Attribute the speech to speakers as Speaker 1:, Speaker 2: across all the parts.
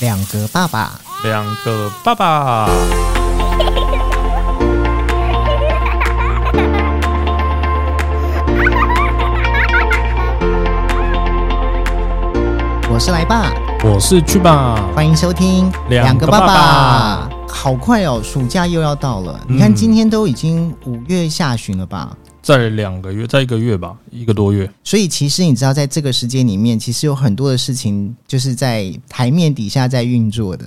Speaker 1: 两个爸爸，
Speaker 2: 两个爸爸，
Speaker 1: 我是来爸，
Speaker 2: 我是去吧。
Speaker 1: 欢迎收听
Speaker 2: 两个爸爸
Speaker 1: 好快哦，暑假又要到了，
Speaker 2: 嗯
Speaker 1: 你看今天都已经五月下旬了吧？
Speaker 2: 在两个月，在一个月吧，一个多 月。
Speaker 1: 所以其实你知道，在这个时间里面，其实有很多的事情就是在台面底下在运作的，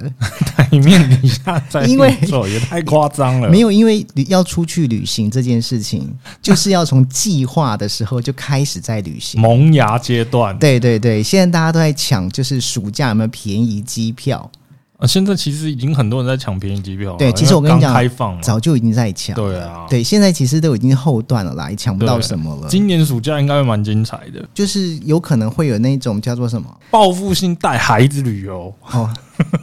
Speaker 2: 哎台面底下在
Speaker 1: 因为
Speaker 2: 做也太夸张了。
Speaker 1: 没有因为旅要出去旅行这件事 情，就是要从计划的时候就开始在旅行。
Speaker 2: 萌芽阶段，
Speaker 1: 对对对，现在大家都在抢，就是暑假有没有便宜机票？
Speaker 2: 啊，现在其实已经很多人在抢便宜机票了。
Speaker 1: 对，其实我跟你
Speaker 2: 因为
Speaker 1: 讲，
Speaker 2: 刚开放嘛，
Speaker 1: 早就已经在抢。
Speaker 2: 对啊
Speaker 1: 对，现在其实都已经后段了啦，也抢不到
Speaker 2: 对
Speaker 1: 什么了。
Speaker 2: 今年暑假应该会蛮精彩的，
Speaker 1: 就是有可能会有那种叫做什 么
Speaker 2: 报复性带孩子旅游。
Speaker 1: 哦，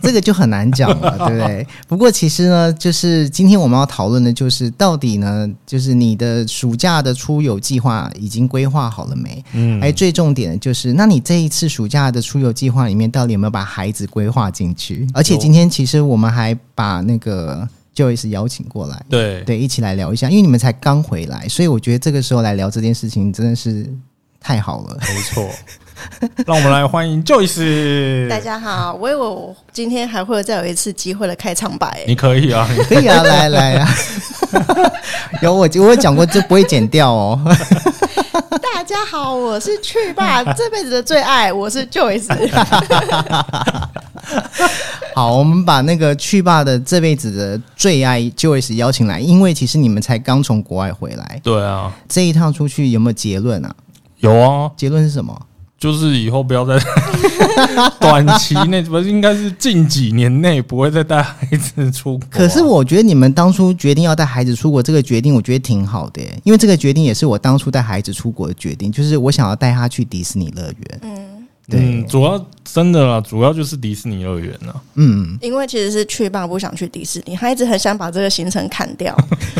Speaker 1: 这个就很难讲了，对不 对？不过其实呢，就是今天我们要讨论的就是到底呢，就是你的暑假的出游计划已经规划好了没？
Speaker 2: 嗯，
Speaker 1: 哎，最重点的就是，那你这一次暑假的出游计划里面，到底有没有把孩子规划进去？而且今天其实我们还把那个 Joyce 邀请过来，
Speaker 2: 对
Speaker 1: 对，一起来聊一下，因为你们才刚回来，所以我觉得这个时候来聊这件事情真的是太好 了。
Speaker 2: 没错。让我们来欢迎 Joyce。
Speaker 3: 大，家好，我以为我今天还会再有一次机会的开欸场白、
Speaker 2: 你可以啊，
Speaker 1: 可以啊，来来啊， 有我我有讲过，这不会剪掉哦。
Speaker 3: 大家好，我是 去吧，这辈子的最爱，我是 Joyce。
Speaker 1: 好，我们把那个去吧的这辈子的最爱 Joyce 邀请来，因为其实你们才刚从国外回来，
Speaker 2: 对啊，
Speaker 1: 这一趟出去有没有结论啊？
Speaker 2: 有啊，
Speaker 1: 结论是什么？
Speaker 2: 就是以后不要再 短期内，不是应该是近几年内不会再带孩子出国啊、
Speaker 1: 可是我觉得你们当初决定要带孩子出国这个决定，我觉得挺好的耶、因为这个决定也是我当初带孩子出国的决定，就是我想要带他去迪士尼乐园。嗯，对，
Speaker 2: 嗯，主要真的啦，主要就是迪士尼乐园啊，
Speaker 1: 嗯，
Speaker 3: 因为其实是去吧不想去迪士尼，他一直很想把这个行程砍 掉。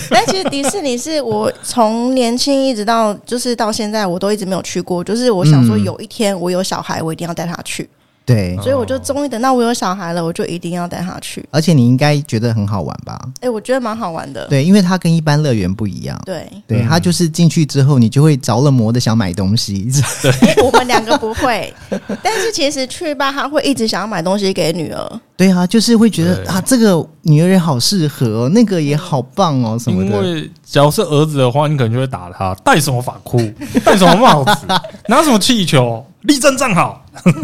Speaker 3: 但其实迪士尼是我从年轻一直到就是到现在，我都一直没有去过。就是我想说，
Speaker 1: 嗯哦
Speaker 3: 有一天我有小孩，我一定要带他去。
Speaker 1: 对，
Speaker 3: 所以我就终于等到我有小孩了，我就一定要带他去。
Speaker 1: 而且你应该觉得很好玩吧？
Speaker 3: 哎、我觉得蛮好玩的。
Speaker 1: 对，因为它跟一般乐园不一样。
Speaker 3: 对，
Speaker 1: 对，
Speaker 2: 嗯
Speaker 1: 它就是进去之后，你就会着了魔的想买东西。
Speaker 3: 哎、我们两个不会， 但是其实去吧，他会一直想要买东西给女儿。
Speaker 1: 对啊，就是会觉
Speaker 2: 对
Speaker 1: 得啊，这个女儿也好适合哦，那个也好棒哦，什么
Speaker 2: 因
Speaker 1: 的。
Speaker 2: 为假如是儿子的话，你可能就会打他，戴什么发箍，戴什么帽 子，拿什么气球，立正站好。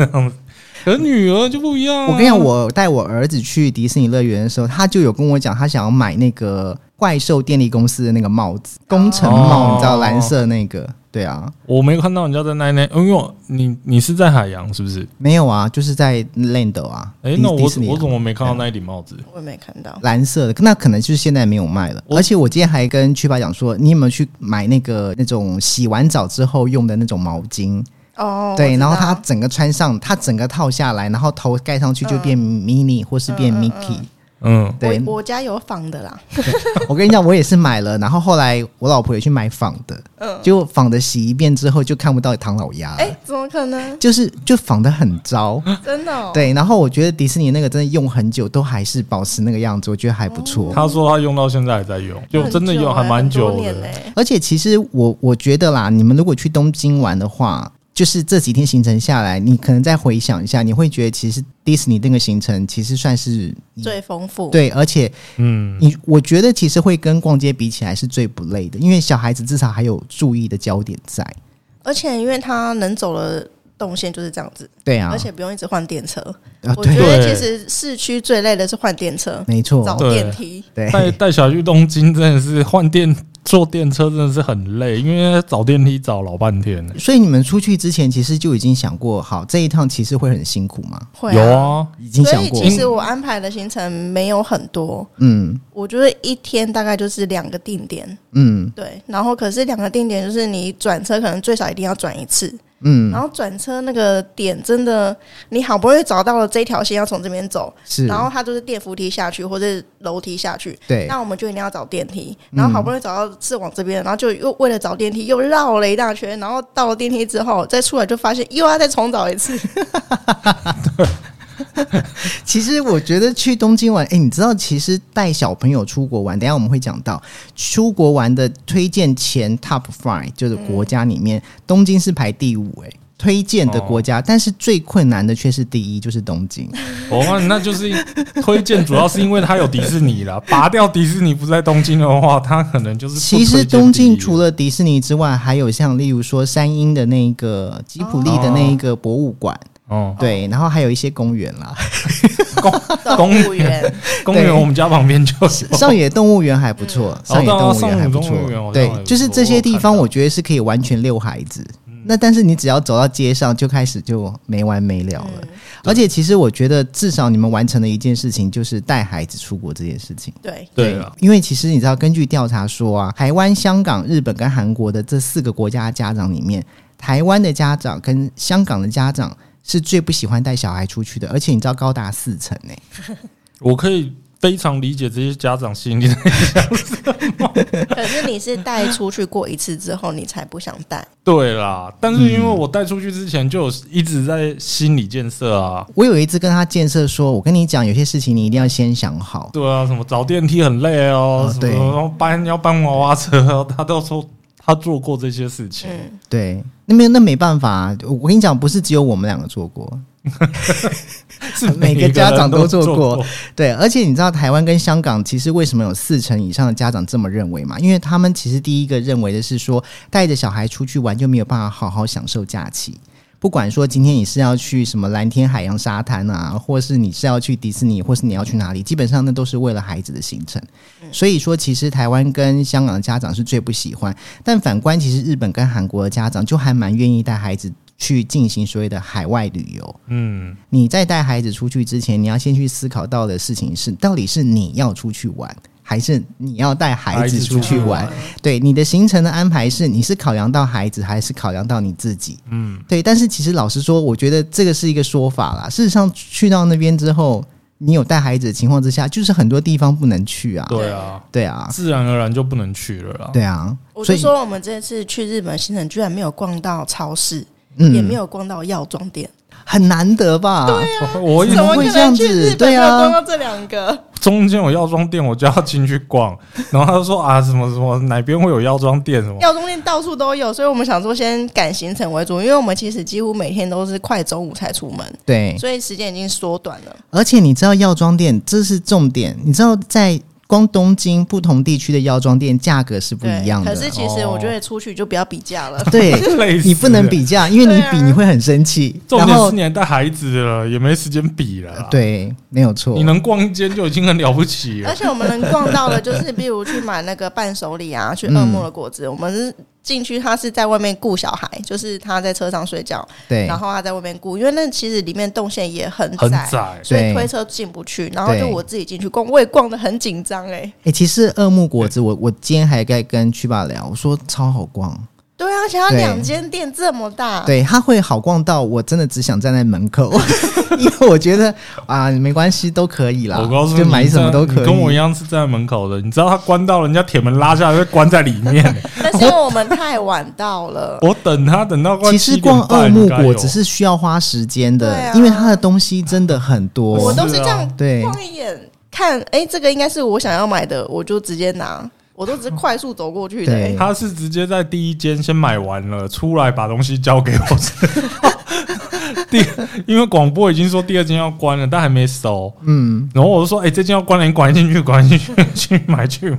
Speaker 2: 可是女儿就不一样、啊，
Speaker 1: 我跟你讲，我带我儿子去迪士尼乐园的时候，他就有跟我讲，他想要买那个怪兽电力公司的那个帽子，工程帽，
Speaker 2: 哦
Speaker 1: 你知道蓝色那个？对啊，
Speaker 2: 我没看到人家在那那，因为我你你是在海洋是不是？
Speaker 1: 没有啊，就是在 Land 啊，
Speaker 2: 哎、
Speaker 1: 迪
Speaker 2: 那
Speaker 1: 迪
Speaker 2: 我
Speaker 1: 士尼啊
Speaker 2: 我怎么没看到那一顶帽子？
Speaker 3: 我也没看到，
Speaker 1: 蓝色的，那可能就是现在没有卖了。而且我今天还跟曲爸讲说，你有没有去买那个那种洗完澡之后用的那种毛巾？
Speaker 3: 哦，我
Speaker 1: 对，
Speaker 3: 知
Speaker 1: 然后
Speaker 3: 道
Speaker 1: 他整个穿上，他整个套下来，然后头盖上去就变 mini、或是变 Mickey、
Speaker 2: 嗯，
Speaker 1: 对，
Speaker 3: 我我家有仿的啦，
Speaker 1: 我跟你讲，我也是买了，然后后来我老婆也去买仿的，结果仿的洗一遍之后就看不到唐老鸭了，
Speaker 3: 嗯哎、怎么可能？
Speaker 1: 就是就仿的很糟。
Speaker 3: 真的、哦，
Speaker 1: 对，然后我觉得迪士尼那个真的用很久，都还是保持那个样子，我觉得还不错。
Speaker 2: 他说他用到现在还在用，就
Speaker 3: 哦很久欸，
Speaker 2: 真的用还蛮
Speaker 3: 很
Speaker 2: 久
Speaker 3: 多年
Speaker 2: 的。
Speaker 3: 嘞
Speaker 1: 而且其实我我觉得啦，你们如果去东京玩的话，就是这几天行程下来，你可能再回想一下，你会觉得其实迪士尼那个行程其实算是你
Speaker 3: 最丰富。，
Speaker 1: 嗯对，而且
Speaker 2: 嗯，
Speaker 1: 你我觉得其实会跟逛街比起来是最不累的，因为小孩子至少还有注意的焦点在。
Speaker 3: 而且因为他能走的动线就是这样子，
Speaker 1: 对啊，
Speaker 3: 而且不用一直换电车。
Speaker 1: 啊，
Speaker 3: 我觉
Speaker 1: 对，
Speaker 3: 得
Speaker 2: 对
Speaker 3: 其实市区最累的是换电车、
Speaker 1: 没
Speaker 3: 找
Speaker 1: 错，
Speaker 2: 对
Speaker 3: 电梯。
Speaker 1: 对，
Speaker 2: 带带小孩去东京真的是换电坐电车真的是很累，因为找电梯找老半天。
Speaker 1: 所以你们出去之前，其实就已经想过，好这一趟其实会很辛苦吗？
Speaker 3: 会
Speaker 2: 有，啊，
Speaker 1: 已经
Speaker 3: 所
Speaker 1: 想
Speaker 3: 以
Speaker 1: 过
Speaker 3: 其，实我安排的行程没有很多，
Speaker 1: 嗯
Speaker 3: 我觉得一天大概就是两个定点，
Speaker 1: 嗯
Speaker 3: 对。然后可是两个定点就是你转车可能最少一定要转一次，
Speaker 1: 嗯
Speaker 3: 然，后转车那个点真的，你好不容易找到了这条线要从这边走，
Speaker 1: 是，
Speaker 3: 然后它就是电扶梯下去或者是楼梯下去，
Speaker 1: 对，
Speaker 3: 那我们就一定要找电梯，然后好不容易找到是往这边，然后就又为了找电梯又绕了一大圈，然后到了电梯之后再出来就发现又要再重找一 次，
Speaker 1: 其实我觉得去东京玩，哎、你知道，其实带小朋友出国玩，等一下我们会讲到出国玩的推荐前 top five，就是国家里
Speaker 2: 嗯
Speaker 1: 面，东京是排第五、诶，哎，推荐的国家，但是最困难的却是第一，就是东京。
Speaker 2: 哦，那就是推荐，主要是因为它有迪士尼啦。 拔掉迪士尼不在东京的话，它可能就是不
Speaker 1: 其实
Speaker 2: 推荐
Speaker 1: 东京
Speaker 2: 第一
Speaker 1: 除了迪士尼之外，还有像例如说山阴的那个吉普力的那一个博物馆，
Speaker 2: 哦
Speaker 1: 对，然后还有一些公园啦，
Speaker 2: 公
Speaker 3: 动物园。
Speaker 2: 公园，我们家旁边就有。
Speaker 1: 上野动物园还不错，上野动物园还不
Speaker 2: 哦啊上野动物园
Speaker 1: 错
Speaker 2: 好，像
Speaker 1: 对
Speaker 2: 还不，错
Speaker 1: 就是这些地
Speaker 2: 我
Speaker 1: 方，
Speaker 2: 有看到嗯
Speaker 1: 我觉得是可以完全遛孩子。那但是你只要走到街上，就开始就没完没了
Speaker 2: 嗯
Speaker 1: 了。而且其实我觉得，至少你们完成了一件事情，就是带孩子出国这件事情。
Speaker 3: 对，
Speaker 2: 对啊，
Speaker 1: 因为其实你知道，根据调查说啊，台湾、香港、日本跟韩国的这四个国家的家长里面，台湾的家长跟香港的家长是最不喜欢带小孩出去的，而且你知道高达四成欸呢、
Speaker 2: 我可以非常理解这些家长心里的。
Speaker 3: 可是你是带出去过一次之后，你才不想带。
Speaker 2: 对啦，但是因为我带出去之前就有一直在心理建设啊，
Speaker 1: 我有一次跟他建设说，我跟你讲，有些事情你一定要先想好。
Speaker 2: 对啊，什么找电梯很累哦，
Speaker 1: 哦
Speaker 2: 什么
Speaker 1: 对
Speaker 2: 然后搬要搬娃娃车哦，他都说他做过这些事情。
Speaker 3: 嗯，
Speaker 1: 对，那没有那没办法、我我跟你讲，不是只有我们两个做过，
Speaker 2: 是
Speaker 1: 每个家长都
Speaker 2: 都
Speaker 1: 做过
Speaker 2: 过，
Speaker 1: 对，而且你知道台湾跟香港其实为什么有四成以上的家长这么认为嘛？因为他们其实第一个认为的是说，带着小孩出去玩就没有办法好好享受假期。不管说今天你是要去什么蓝天海洋沙滩啊，或是你是要去迪士尼，或是你要去哪里，基本上那都是为了孩子的行程。所以说，其实台湾跟香港的家长是最不喜欢，但反观其实日本跟韩国的家长就还蛮愿意带孩子去进行所谓的海外旅游。
Speaker 2: 嗯，
Speaker 1: 你在带孩子出去之前，你要先去思考到的事情是，到底是你要出去玩，还是你要带孩子出去玩？对，你的行程的安排是，你是考量到孩子，还是考量到你自己？嗯，对。但是其实老实说，我觉得这个是一个说法啦。事实上，去到那边之后，你有带孩子的情况之下，就是很多地方不能去啊。
Speaker 2: 对啊，
Speaker 1: 对啊，
Speaker 2: 自然而然就不能去了啦。
Speaker 1: 对啊。
Speaker 3: 我
Speaker 1: 所
Speaker 3: 就
Speaker 1: 以，
Speaker 3: 说我们这次去日本行程居然没有逛到超市，
Speaker 1: 嗯，
Speaker 3: 也没有逛到药妆店，
Speaker 1: 很难得吧？对、啊
Speaker 2: 我一
Speaker 1: 怎么会这样子
Speaker 3: 怎么可能去日本
Speaker 1: 对啊
Speaker 3: 没有逛到这两个，
Speaker 2: 中间有药妆店，我就要进去逛，然后他就说啊什么什么哪边会有药妆店什 么，
Speaker 3: 药妆店到处都有，所以我们想说先赶行程为主，因为我们其实几乎每天都是快中午才出门，
Speaker 1: 对。
Speaker 3: 所以时间已经缩短了。
Speaker 1: 而且你知道药妆店这是重点，你知道在光东京不同地区的药妆店价格是不
Speaker 3: 对
Speaker 1: 一样，的
Speaker 3: 可。是其实我
Speaker 2: 哦
Speaker 3: 觉得出去就不要比价 了。
Speaker 1: 对，
Speaker 2: 累死
Speaker 1: 你不能
Speaker 2: 了。
Speaker 1: 比价，因为你
Speaker 3: 对啊
Speaker 1: 比你会很生气。
Speaker 2: 哎重
Speaker 1: 然
Speaker 2: 点是
Speaker 1: 后
Speaker 2: 你还带孩子了，也没时间比了啦。，
Speaker 1: 对，没有错
Speaker 2: 你。能逛一间就已经很了不起
Speaker 3: 而
Speaker 2: 了。
Speaker 3: 且我们能逛到的，就是比如去买那个伴手礼啊，去恶魔的果
Speaker 1: 嗯
Speaker 3: 子。我们是进去，他是在外面顾小孩，就是他在车上睡觉，
Speaker 1: 对
Speaker 3: 然后他在外面顾，因为那其实里面动线也很
Speaker 2: 很
Speaker 3: 窄，
Speaker 2: 窄，
Speaker 3: 所以
Speaker 1: 对
Speaker 3: 推车进不去。然后就
Speaker 1: 对
Speaker 3: 我自己进去逛，我也逛得很紧张哎。
Speaker 1: 哎、其实二木果子，我我今天还在跟曲爸聊，我说超好逛，
Speaker 3: 对啊，想要
Speaker 1: 对
Speaker 3: 两间店这么大，
Speaker 1: 对，它会好逛到我真的只想站在门口， 因为我觉得啊，没关系，都可以啦，
Speaker 2: 我告诉你，
Speaker 1: 就买什么都
Speaker 2: 你
Speaker 1: 可以。
Speaker 2: 跟我一样是站在门口的。你知道他关到人家铁门拉下来，会关在里面。
Speaker 3: 但是因为我们太晚到了，
Speaker 2: 我等他等到关
Speaker 1: 其实
Speaker 2: 7
Speaker 1: 逛
Speaker 2: 点
Speaker 1: 二
Speaker 2: 半
Speaker 1: 木
Speaker 2: 应该有
Speaker 1: 果只是需要花时间的，
Speaker 3: 对啊
Speaker 1: 因为它的东西真的很多。
Speaker 3: 我都是这样
Speaker 1: 对
Speaker 3: 逛一眼，看哎、诶这个应该是我想要买的，我就直接拿。我都只是快速走过去的、欸
Speaker 1: 对
Speaker 2: 他是直接在第一间先买完了，出来把东西交给我。第因为广播已经说第二间要关了，但还没收。
Speaker 1: 嗯，
Speaker 2: 然后我就说：“哎、这间要关了，你赶紧进去，赶紧进去去买去买。”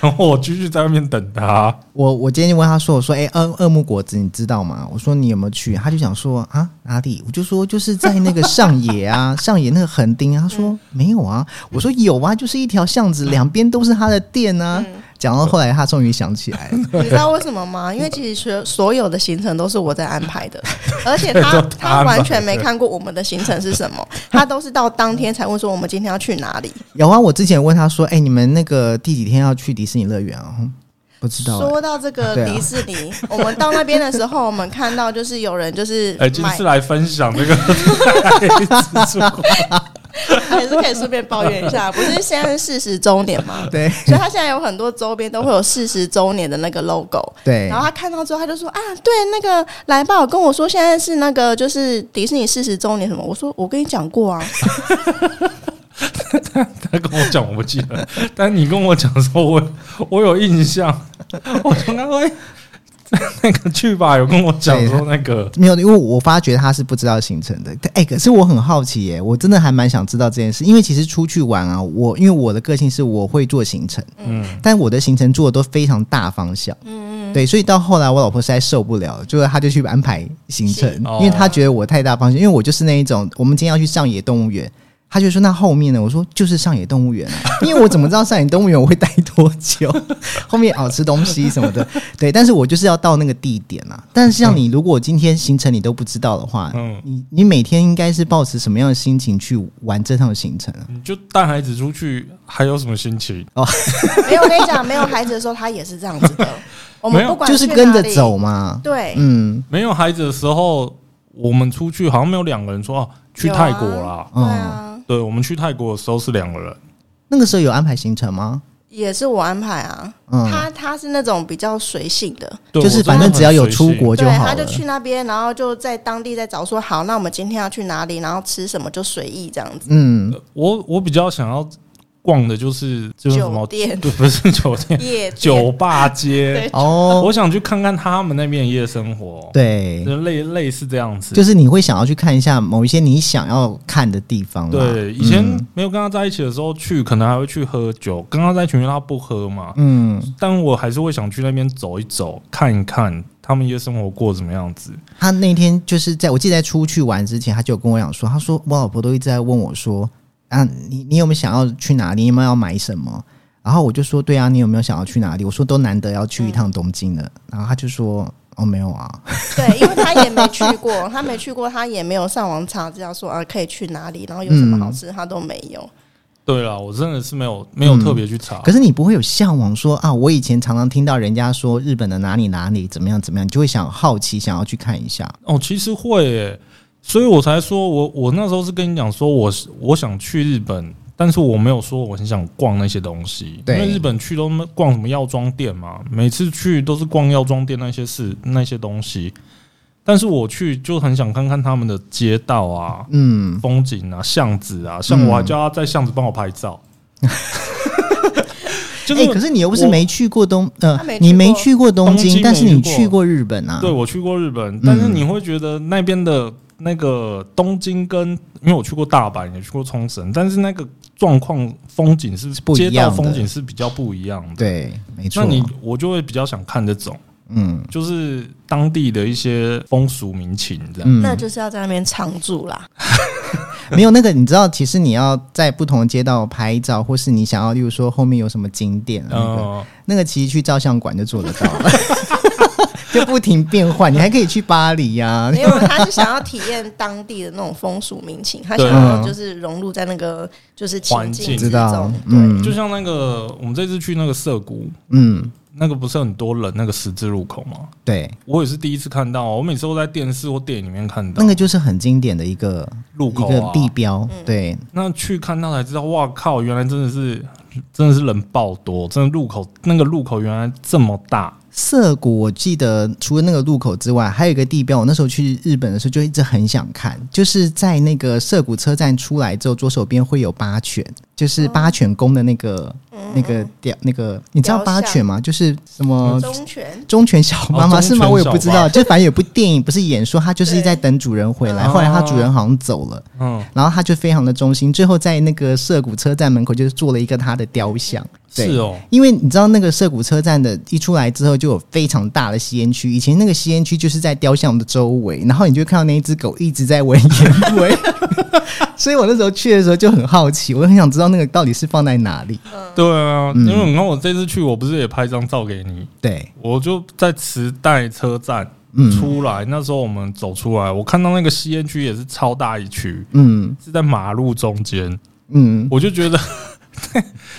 Speaker 2: 然后我继续在外面等他。
Speaker 1: 我我今天就问他说，我说，哎、恶恶木果子你知道吗？我说你有没有去？他就想说啊哪里？我就说就是在那个上野啊， 上野那个横丁啊。他
Speaker 3: 嗯
Speaker 1: 说没有啊，我说有啊，就是一条巷子，两边都是他的店啊。
Speaker 3: 嗯
Speaker 1: 讲到后来，他终于想起来了，
Speaker 3: 你知道为什么吗？因为其实所所有的行程都是我在安排的，而且
Speaker 2: 对
Speaker 3: 他
Speaker 2: 都他
Speaker 3: 他
Speaker 2: 安排
Speaker 3: 完全没看过我们的行程是什么，他都是到当天才问说我们今天要去哪里。
Speaker 1: 有啊，我之前问他说：“哎、你们那个第几天要去迪士尼乐园啊？”嗯不知道、欸，
Speaker 3: 说到这个
Speaker 1: 对啊
Speaker 3: 迪士尼， 我们到那边的时候，我们看到就是有人就是
Speaker 2: 哎、今天
Speaker 3: 买
Speaker 2: 是，来分享 这个哎蜘蛛网
Speaker 3: 还是可以顺便抱怨 一下，不是现在是四十周年吗？
Speaker 1: 对
Speaker 3: 所以他现在有很多周边都会有四十周年的那个 logo。
Speaker 1: 对
Speaker 3: 然，后他看到之后，他就说啊，对，那个来吧，我跟我说现在是那个就是迪士尼四十周年什么？我说我跟你讲过 啊，
Speaker 2: 他跟我讲，我不记得，但你跟我讲的时候，我我有印象。我从他说，哎、那个去吧，有跟我讲说那个，
Speaker 1: 没有，因为我发觉他是不知道行程的。哎、可是我很好奇耶、我真的还蛮想知道这件事，因为其实出去玩啊，我因为我的个性是我会做行程，嗯，但我的行程做的都非常大方向，嗯嗯，对，所以到后来我老婆实在受不了，就是她就去安排行程，
Speaker 2: 哦
Speaker 1: 因为她觉得我太大方向，因为我就是那一种，我们今天要去上野动物园。她就说：“那后面呢？”我说：“就是上野动物园啊、因为我怎么知道上野动物园我会待多久？ 后面哦吃东西什么的，对，但是我就是要到那个地点啊。但是像你，如果今天行程你都不知道的话，
Speaker 2: 嗯
Speaker 1: 你你每天应该是抱持什么样的心情去玩这趟行程啊？
Speaker 2: 你就带孩子出去，还有什么心情？
Speaker 3: 没有，我跟你讲，没有孩子的时候，他也是这样子 的。我
Speaker 2: 没
Speaker 3: 们
Speaker 2: 有
Speaker 3: 不管
Speaker 1: 就是
Speaker 3: 去
Speaker 1: 跟着
Speaker 3: 哪里
Speaker 1: 走，嘛。
Speaker 3: 对，
Speaker 1: 嗯，
Speaker 2: 没有孩子的时候，我们出去好像没有两个人说哦、去
Speaker 3: 有啊
Speaker 2: 泰国啦。
Speaker 1: 嗯
Speaker 3: 对啊，
Speaker 2: 对，我们去泰国的时候是两个人，
Speaker 1: 那个时候有安排行程吗？
Speaker 3: 也是我安排啊。
Speaker 1: 嗯
Speaker 3: 他他是那种比较随性的，
Speaker 2: 对
Speaker 1: 就是
Speaker 2: 我真的
Speaker 1: 反正
Speaker 2: 很
Speaker 1: 只要有
Speaker 2: 随
Speaker 1: 出
Speaker 2: 性
Speaker 1: 国
Speaker 3: 对，
Speaker 1: 好
Speaker 3: 他
Speaker 1: 了
Speaker 3: 就。去那边，然后就在当地再找说好，那我们今天要去哪里，然后吃什么就随意这样子。
Speaker 1: 嗯，
Speaker 2: 我我比较想要逛的就是就是什么
Speaker 3: 酒店
Speaker 2: 对，不是酒店，
Speaker 3: 夜店
Speaker 2: 酒吧街
Speaker 3: 对。
Speaker 1: 哦，
Speaker 2: 我想去看看他们那边的夜生活，
Speaker 1: 对，
Speaker 2: 就类类似这样子。
Speaker 1: 就是你会想要去看一下某一些你想要看的地方嘛。
Speaker 2: 对，以前
Speaker 1: 嗯
Speaker 2: 没有跟他在一起的时候去，可能还会去喝酒。跟他在一起，因为他不喝嘛，
Speaker 1: 嗯，
Speaker 2: 但我还是会想去那边走一走，看一看他们夜生活过怎么样子。
Speaker 1: 他那天就是在我记得在出去玩之前，他就有跟我讲说，他说我老婆都一直在问我说，啊，你你有没有想要去哪里？你有没有要买什么？然后我就说，对啊，你有没有想要去哪里？我说都难得要去一趟东京了。然后他就说，哦，没有啊。
Speaker 3: 对，因为他也没去过， 他没去过，他也没有上网查资料说啊可以去哪里，然后有什
Speaker 1: 嗯
Speaker 3: 么好吃，他都没有。
Speaker 2: 对了，我真的是没有没有特别去查，
Speaker 1: 嗯可是你不会有向往说啊，我以前常常听到人家说日本的哪里哪里怎么样怎么样，你就会想好奇想要去看一下。
Speaker 2: 哦，其实会耶、所以我才说我我那时候是跟你讲说我是我想去日本，但是我没有说我很想逛那些东西，因
Speaker 1: 对
Speaker 2: 为日本去都逛什么药妆店嘛，每次去都是逛药妆店那些事那些东西，但是我去就很想看看他们的街道啊、
Speaker 1: 嗯，
Speaker 2: 风景啊、巷子啊，像我还叫他在巷子帮我 拍照，就
Speaker 1: 哎、
Speaker 2: 是
Speaker 1: 可是你又不是
Speaker 2: 我
Speaker 1: 没去过东，呃
Speaker 3: 他没，去
Speaker 1: 你没
Speaker 3: 过
Speaker 1: 去过东
Speaker 2: 东
Speaker 1: 京，
Speaker 2: 京
Speaker 1: 但是
Speaker 2: 没
Speaker 1: 你
Speaker 2: 去过
Speaker 1: 去过日本啊。嗯
Speaker 2: 对，我去过日本，但是你会觉得那边的那个东京跟，因为我去过大阪，也去过冲绳，但是那个状况、风景是
Speaker 1: 不一
Speaker 2: 街
Speaker 1: 样的
Speaker 2: 道风景是比较不一样的。
Speaker 1: 对，没错。
Speaker 2: 那你我就会比较想看这种，
Speaker 1: 嗯
Speaker 2: 就是当地的一些风俗民情这样。
Speaker 1: 嗯，
Speaker 3: 那就是要在那边常住啦。
Speaker 1: 没有那个，你知道，其实你要在不同的街道拍照，或是你想要，例如说后面有什么景点啊，那个、
Speaker 2: 呃，
Speaker 1: 那个其实去照相馆就做得到 了，就不停变换。你还可以去巴黎啊呀、
Speaker 3: 没有，他是想要体验当地的那种风俗民情，他
Speaker 2: 对
Speaker 3: 想要就是融入在那个就是
Speaker 2: 环境
Speaker 3: 情境
Speaker 1: 嗯知
Speaker 3: 之
Speaker 1: 道
Speaker 3: 中。？
Speaker 1: 嗯
Speaker 2: 就像那个我们这次去那个涩谷，
Speaker 1: 嗯，
Speaker 2: 那个不是很多人那个十字路口吗？
Speaker 1: 对，
Speaker 2: 我也是第一次看到，我每次都在电视或电影里面看到
Speaker 1: 那个就是很经典的一个
Speaker 2: 路口
Speaker 1: 一个
Speaker 2: 啊，
Speaker 1: 地标，对，
Speaker 2: 那去看到才知道，哇靠！原来真的是，真的是人爆多，真的路口那个路口原来这么大。
Speaker 1: 涩谷，我记得除了那个路口之外，还有一个地标。我那时候去日本的时候就一直很想看，就是在那个涩谷车站出来之后，左手边会有八犬，就是八犬宫的那个、那个雕那个，你知道
Speaker 3: 雕
Speaker 1: 八
Speaker 3: 像
Speaker 1: 犬吗？就是什么
Speaker 3: 忠犬，
Speaker 1: 忠犬小妈妈、
Speaker 2: 哦
Speaker 1: 是吗？我也不知
Speaker 2: 忠犬小妈
Speaker 1: 道，就反正有部电影不是演说他就是
Speaker 3: 对
Speaker 1: 在等主人回来，
Speaker 2: 嗯
Speaker 1: 后来他主人好像走了，
Speaker 2: 嗯，
Speaker 1: 然后他就非常的忠心，最后在那个涩谷车站门口就是做了一个他的雕像。对
Speaker 2: 是哦，
Speaker 1: 因为你知道那个涩谷车站的一出来之后，就有非常大的吸烟区。以前那个吸烟区就是在雕像的周围，然后你就看到那一只狗一直在闻烟味。 所以我那时候去的时候就很好奇，我很想知道那个到底是放在哪里。
Speaker 2: 对啊，
Speaker 1: 嗯
Speaker 2: 因为你看我这次去，我不是也拍张照给你，
Speaker 1: 对，
Speaker 2: 我就在池袋车站
Speaker 1: 嗯
Speaker 2: 出来，那时候我们走出来，我看到那个吸烟区也是超大一区，
Speaker 1: 嗯
Speaker 2: 是在马路中间，
Speaker 1: 嗯，
Speaker 2: 我就觉得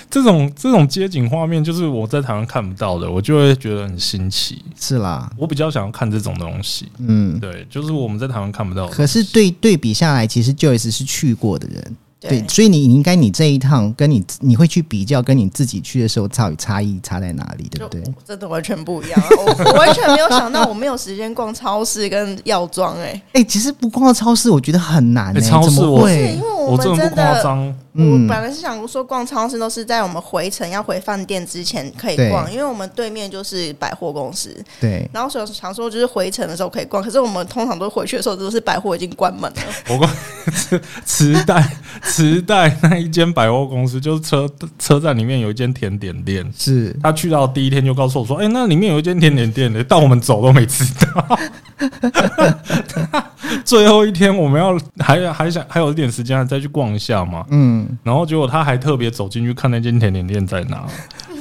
Speaker 2: 这种这种街景画面就是我在台湾看不到的，我就会觉得很新奇。
Speaker 1: 是啦，
Speaker 2: 我比较想要看这种东西，
Speaker 1: 嗯。
Speaker 2: 对，就是我们在台湾看不到的。
Speaker 1: 可是对对比下来，其实 Joyce 是去过的人，
Speaker 3: 对，
Speaker 1: 所以你你应该你这一趟跟你你会去比较，跟你自己去的时候到底差异差在哪里，对
Speaker 3: 就
Speaker 1: 不对？
Speaker 3: 真的完全不一样啊、我我完全没有想到我没有时间逛超市跟药妆哎，
Speaker 1: 哎、其实不逛到超市，我觉得很难、
Speaker 2: 哎
Speaker 1: 欸
Speaker 2: 超市
Speaker 1: 怎么
Speaker 2: 我
Speaker 3: 是
Speaker 1: 会
Speaker 3: 因为我
Speaker 2: 我
Speaker 3: 们
Speaker 2: 真的
Speaker 3: 真
Speaker 2: 不夸
Speaker 3: 的。
Speaker 2: 张，
Speaker 3: 我
Speaker 1: 嗯
Speaker 3: 本来是想说逛超市都是在我们回程要回饭店之前可以
Speaker 1: 对
Speaker 3: 逛，因为我们对面就是百货公司，
Speaker 1: 对，
Speaker 3: 然后所以想说就是回程的时候可以逛，可是我们通常都回去的时候都是百货已经关门了。
Speaker 2: 我光 磁磁带磁带那一间百货公司，就是车车站里面有一间甜点店。
Speaker 1: 是
Speaker 2: 他去到第一天就告诉我说：“哎、那里面有一间甜点店的，但我们走都没知道。 最后一天我们要还还想还有一点时间再去逛一下嘛，
Speaker 1: 嗯，
Speaker 2: 然后结果他还特别走进去看那间甜点店在哪，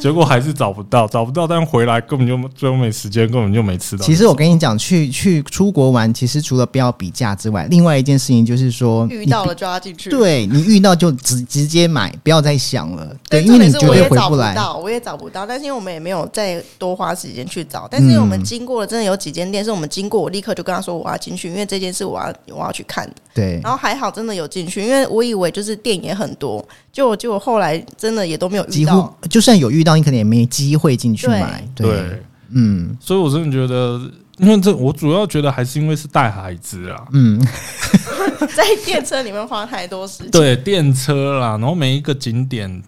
Speaker 2: 结果还是找不到，找不到，但回来根本就最后没时间，根本就没吃到。
Speaker 1: 其实我跟你讲，去去出国玩，其实除了不要比价之外，另外嗯一件事情就是说，
Speaker 3: 遇
Speaker 1: 你
Speaker 3: 到
Speaker 1: 比
Speaker 3: 了就要进去。
Speaker 1: 对你遇到就直直接买，不要再想了，
Speaker 3: 对，
Speaker 1: 对，因为你
Speaker 3: 重
Speaker 1: 绝
Speaker 3: 点是
Speaker 1: 对
Speaker 3: 我
Speaker 1: 回
Speaker 3: 也找
Speaker 1: 不来。
Speaker 3: 到，我也找不到。但是因为我们也没有再多花时间去找，但是因为我
Speaker 1: 嗯
Speaker 3: 们经过了，真的有几间店是我们经过，我立刻就跟他说我要进去，因为这件事我要我要去看。
Speaker 1: 对，
Speaker 3: 然后还好真的有进去，因为我以为就是店也很多，结果结果后来真的也都没有遇
Speaker 1: 几
Speaker 3: 到
Speaker 1: 乎。就算有遇到，你可能也没机会进去买。对，
Speaker 2: 对，
Speaker 1: 嗯
Speaker 2: 所以我真的觉得，因为这我主要觉得还是因为是带孩子啊，
Speaker 1: 嗯，
Speaker 3: 在电车里面花太多时间。
Speaker 2: 对电车啦，然后每一个景点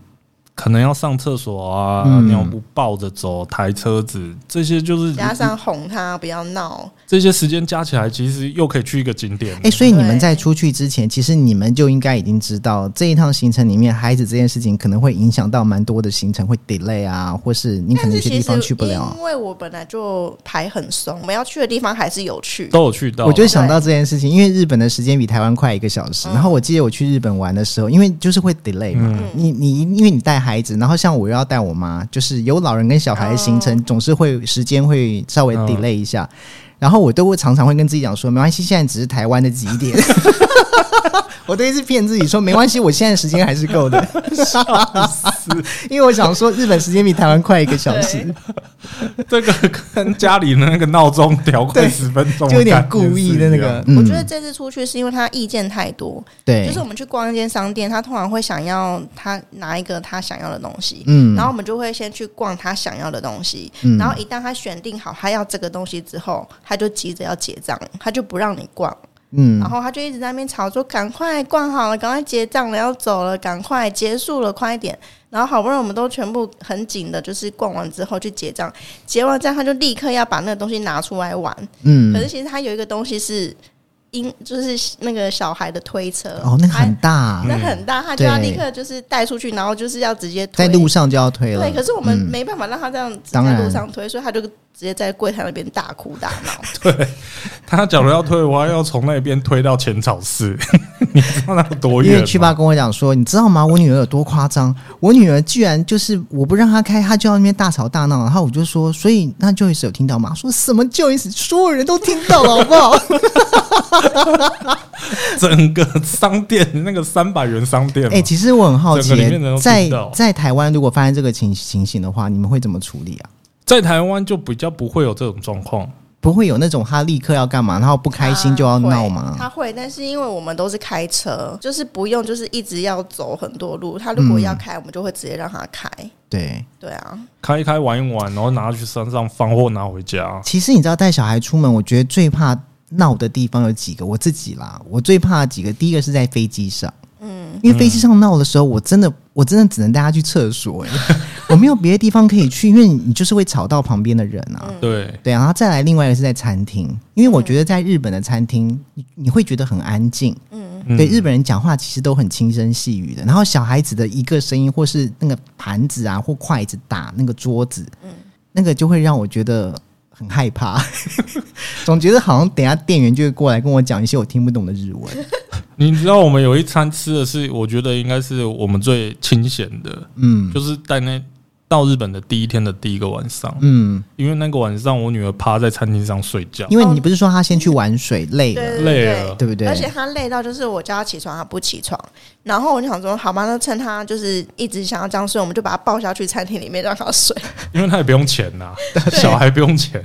Speaker 2: 可能要上厕所啊，
Speaker 1: 嗯
Speaker 2: 尿布抱着走，抬车子，这些就是
Speaker 3: 加上哄他不要闹，
Speaker 2: 这些时间加起来，其实又可以去一个景点。
Speaker 1: 哎、所以你们
Speaker 3: 对
Speaker 1: 在出去之前，其实你们就应该已经知道这一趟行程里面，孩子这件事情可能会影响到蛮多的行程，会 delay 啊，或是你可
Speaker 3: 但
Speaker 1: 能有
Speaker 3: 是
Speaker 1: 些
Speaker 3: 其
Speaker 1: 地
Speaker 3: 实
Speaker 1: 方去不了啊
Speaker 3: 因。为我本来就排很松，我们要去的地方还是有去。
Speaker 2: 都有去到，
Speaker 1: 我就想到这件事情，因为日本的时间比台湾快一个小时。
Speaker 3: 嗯
Speaker 1: 然后我记得我去日本玩的时候，因为就是会 delay 嘛，你你因为你带孩子，然后像我又要带我妈，就是有老人跟小孩的行程，
Speaker 3: 哦
Speaker 1: 总是会时间会稍微
Speaker 2: 嗯
Speaker 1: delay 一下。然后我都会常常会跟自己讲说，没关系，现在只是台湾的几 点。我都一直骗自己说没关系，我现在时间还是够的，因为我想说日本时间比台湾快一个小时，
Speaker 2: 这个跟家里的那个闹钟调快
Speaker 1: 对
Speaker 2: 十分钟，
Speaker 1: 就有点故意的那个。。
Speaker 3: 我觉得
Speaker 1: 嗯，
Speaker 3: 这次出去是因为他意见太多，
Speaker 1: 对，
Speaker 3: 就是我们去逛一间商店，他通常会想要他拿一个他想要的东西，
Speaker 1: 嗯
Speaker 3: 然后我们就会先去逛他想要的东西，
Speaker 1: 嗯
Speaker 3: 然后一旦他选定好他要这个东西之后，他就急着要结账，他就不让你逛，
Speaker 1: 嗯
Speaker 3: 然后他就一直在那边吵说赶快逛好了，赶快结账了，要走了，赶快结束了，快一点。然后好不容易我们都全部很紧的，就是逛完之后去结账，结完账他就立刻要把那个东西拿出来玩，可
Speaker 1: 嗯
Speaker 3: 是，其实它有一个东西是因，就是那个小孩的推车
Speaker 1: 哦，那个很
Speaker 3: 它
Speaker 1: 大、
Speaker 3: 那很大，他就要
Speaker 1: 对
Speaker 3: 立刻就是带出去，然后就是要直接推
Speaker 1: 在路上就要推了。
Speaker 3: 对，可是我们
Speaker 1: 嗯
Speaker 3: 没办法让他这样直接
Speaker 1: 当
Speaker 3: 在
Speaker 1: 然
Speaker 3: 路上推，所以他就直接在柜台那边大哭大闹。
Speaker 2: 他假如要推，我还要从那边推到浅草寺，你知道那有多
Speaker 1: 因
Speaker 2: 远
Speaker 1: 为
Speaker 2: 吗？
Speaker 1: 去爸跟我讲说，你知道吗？我女儿有多夸张？我女儿居然就是我不让她开，她就要那边大吵大闹。然后我就说，所以那 Joyce 有听到吗？她说什么 Joyce？所有人都听到了，好不 好？
Speaker 2: 整个商店那个三百元商店嘛，
Speaker 1: 哎、其实我很好奇
Speaker 2: 整个里面的人都，
Speaker 1: 在
Speaker 2: 听到
Speaker 1: 在台湾如果发生这个情情形的话，你们会怎么处理啊？
Speaker 2: 在台湾就比较不会有这种状况。
Speaker 1: 不会有那种她立刻要干嘛，然后不开心就要闹
Speaker 3: 啊他会他
Speaker 1: 吗？
Speaker 3: 会，但是因为我们都是开车，就是不用，就是一直要走很多路。他如果要开，我们就会直接让他开。
Speaker 1: 对，
Speaker 3: 对啊，
Speaker 1: 嗯
Speaker 2: 开一开玩一玩，然后拿去山上放或拿回家。
Speaker 1: 其实你知道带小孩出门，我觉得最怕闹的地方有几个，我自己啦，我最怕几个，第一个是在飞机上。因为飞机上闹的时候，我真的我真的只能带他去厕所、哎， 我没有别的地方可以去，因为你就是会吵到旁边的人啊。
Speaker 2: 对，
Speaker 1: 对，然后再来另外一个是在餐厅，因为我觉得在日本的餐厅，你你会觉得很安静，
Speaker 2: 嗯
Speaker 1: 对，日本人讲话其实都很轻声细语的，然后小孩子的一个声音或是那个盘子啊或筷子打那个桌子，那个就会让我觉得很害怕， 总觉得好像等一下店员就会过来跟我讲一些我听不懂的日文。
Speaker 2: 你知道我们有一餐吃的是，我觉得应该是我们最清闲的，
Speaker 1: 嗯
Speaker 2: 就是在那到日本的第一天的第一个晚上，
Speaker 1: 嗯，
Speaker 2: 因为那个晚上我女儿趴在餐厅上睡觉，
Speaker 1: 因为你不是说他先去玩水累了，
Speaker 3: 对
Speaker 2: 累了，
Speaker 1: 对不对？
Speaker 3: 而且他累到就是我叫他起床，他不起床。然后我就想说，好吧，那趁他就是一直想要这样睡，我们就把他抱下去餐厅里面让他睡。
Speaker 2: 因为她也不用钱呐、小孩不用钱，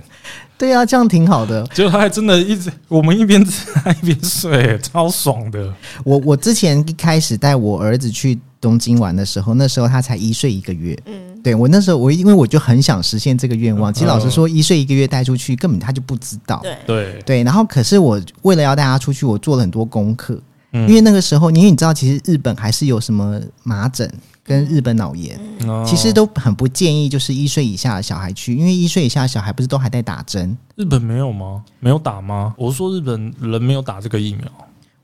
Speaker 1: 对啊，这样挺好的。
Speaker 2: 结果她还真的一直我们一边吃她一边睡，超爽的，
Speaker 1: 我我之前一开始带我儿子去东京玩的时候，那时候他才一岁一个月。嗯，对我那时候我因为我就很想实现这个愿望。其实老实说，一岁一个月带出去根本他就不知道。
Speaker 3: 对，
Speaker 2: 对，
Speaker 1: 对，然后可是我为了要带他出去，我做了很多功课，因为那个时候，因为你知道，其实日本还是有什么麻疹跟日本脑炎，
Speaker 2: 哦
Speaker 1: 其实都很不建议就是一岁以下的小孩去，因为一岁以下的小孩不是都还在打针。
Speaker 2: 日本没有吗？没有打吗？我说日本人没有打这个疫苗，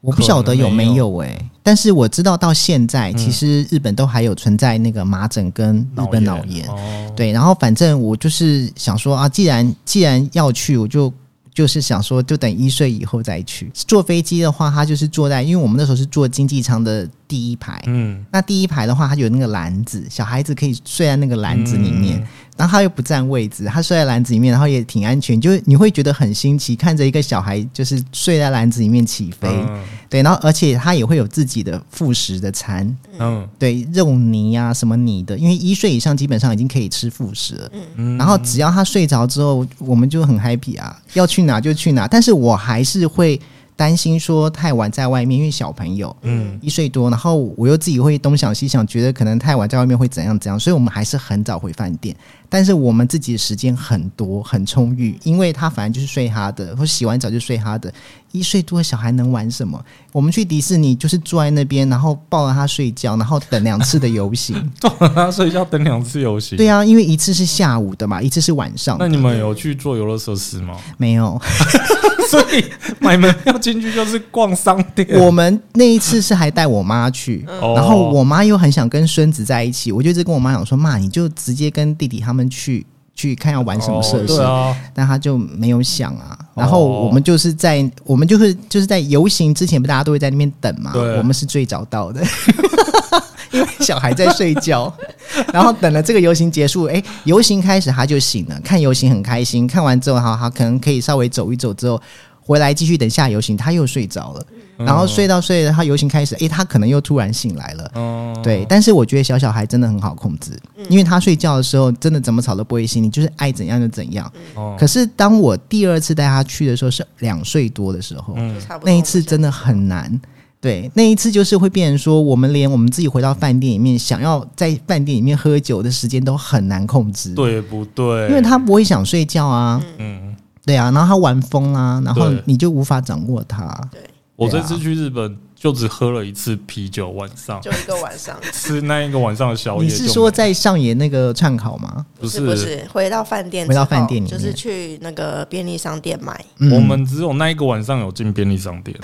Speaker 1: 我不晓得有没有嗯诶、但是我知道到现在，其实日本都还有存在那个麻疹跟日本脑炎。
Speaker 2: 哦，
Speaker 1: 对，然后反正我就是想说啊，既然既然要去，我就就是想说，就等一岁以后再去。坐飞机的话，他就是坐在，因为我们那时候是坐经济舱的第一排。
Speaker 2: 嗯，
Speaker 1: 那第一排的话，它有那个篮子，小孩子可以睡在那个篮子里面，然后他又不占位置，他睡在篮子里面，然后也挺安全，就是你会觉得很新奇，看着一个小孩就是睡在篮子里面起飞，
Speaker 2: 嗯
Speaker 1: 对，然后而且他也会有自己的副食的餐，
Speaker 2: 嗯
Speaker 1: 对，肉泥啊什么泥的，因为一岁以上基本上已经可以吃副食了，
Speaker 2: 嗯
Speaker 1: 然后只要他睡着之后，我们就很 happy 啊，要去哪就去哪，但是我还是会担心说太晚在外面，因为小朋友，
Speaker 2: 嗯，
Speaker 1: 一岁多，然后我又自己会东想西想，觉得可能太晚在外面会怎样怎样，所以我们还是很早回饭店。但是我们自己的时间很多很充裕，因为他反正就是睡他的，或洗完澡就睡他的。一岁多的小孩能玩什么？我们去迪士尼就是坐在那边，然后抱着他睡觉，然后等两次的游 行。
Speaker 2: 他睡觉等两次游戏。
Speaker 1: 对啊，因为一次是下午的嘛，一次是晚上
Speaker 2: 那
Speaker 1: 的。
Speaker 2: 你们有去做游乐设施 吗？
Speaker 1: 没 有，
Speaker 2: 所以买门票进去就是逛商店。
Speaker 1: 我们那一次是还带我妈去，
Speaker 2: 哦
Speaker 1: 然后我妈又很想跟孙子在一起，我就一直跟我妈讲说：“妈，你就直接跟弟弟他们去去看要玩什么设施。
Speaker 2: 哦对啊，
Speaker 1: 但她就没有想啊。
Speaker 2: 哦
Speaker 1: 然后我们就是在我们就是就是在游行之前，不大家都会在那边等嘛
Speaker 2: 对？
Speaker 1: 我们是最早到的， 因为小孩在睡觉。然后等了这个游行结束，哎，游行开始他就醒了，看游行很开心，看完之后，好，他可能可以稍微走一走之后。回来继续等下游行，他又睡着了，
Speaker 2: 嗯
Speaker 1: 然后睡到睡到他游行开始，诶，他可能又突然醒来了，
Speaker 2: 嗯，
Speaker 1: 对，但是我觉得小小孩真的很好控制，因为他睡觉的时候真的怎么吵都不会醒，你就是爱怎样就怎样。
Speaker 2: 哦
Speaker 1: 可是当我第二次带他去的时候是两岁多的时候，
Speaker 2: 嗯
Speaker 3: 就差不多
Speaker 1: 那一次真的很难。对，那一次就是会变成说，我们连我们自己回到饭店里面，想要在饭店里面喝酒的时间都很难控制。，
Speaker 2: 对不对？
Speaker 1: 因为他不会想睡觉啊，
Speaker 2: 嗯，
Speaker 1: 对啊，然后他玩疯啊，然后
Speaker 2: 对
Speaker 1: 你就无法掌握他。
Speaker 2: 我这次去日本就只喝了一次啤酒，晚上
Speaker 3: 就一个晚上，
Speaker 2: 吃那一个晚上的宵夜就没
Speaker 1: 啊你
Speaker 2: 了。
Speaker 1: 是说在上野那个串烤吗？
Speaker 2: 不
Speaker 3: 是不是？回到饭店之
Speaker 1: 回到
Speaker 3: 后，
Speaker 1: 饭店里面
Speaker 3: 就是去那个便利商店买，
Speaker 1: 嗯
Speaker 2: 我们只有那一个晚上有进便利商店，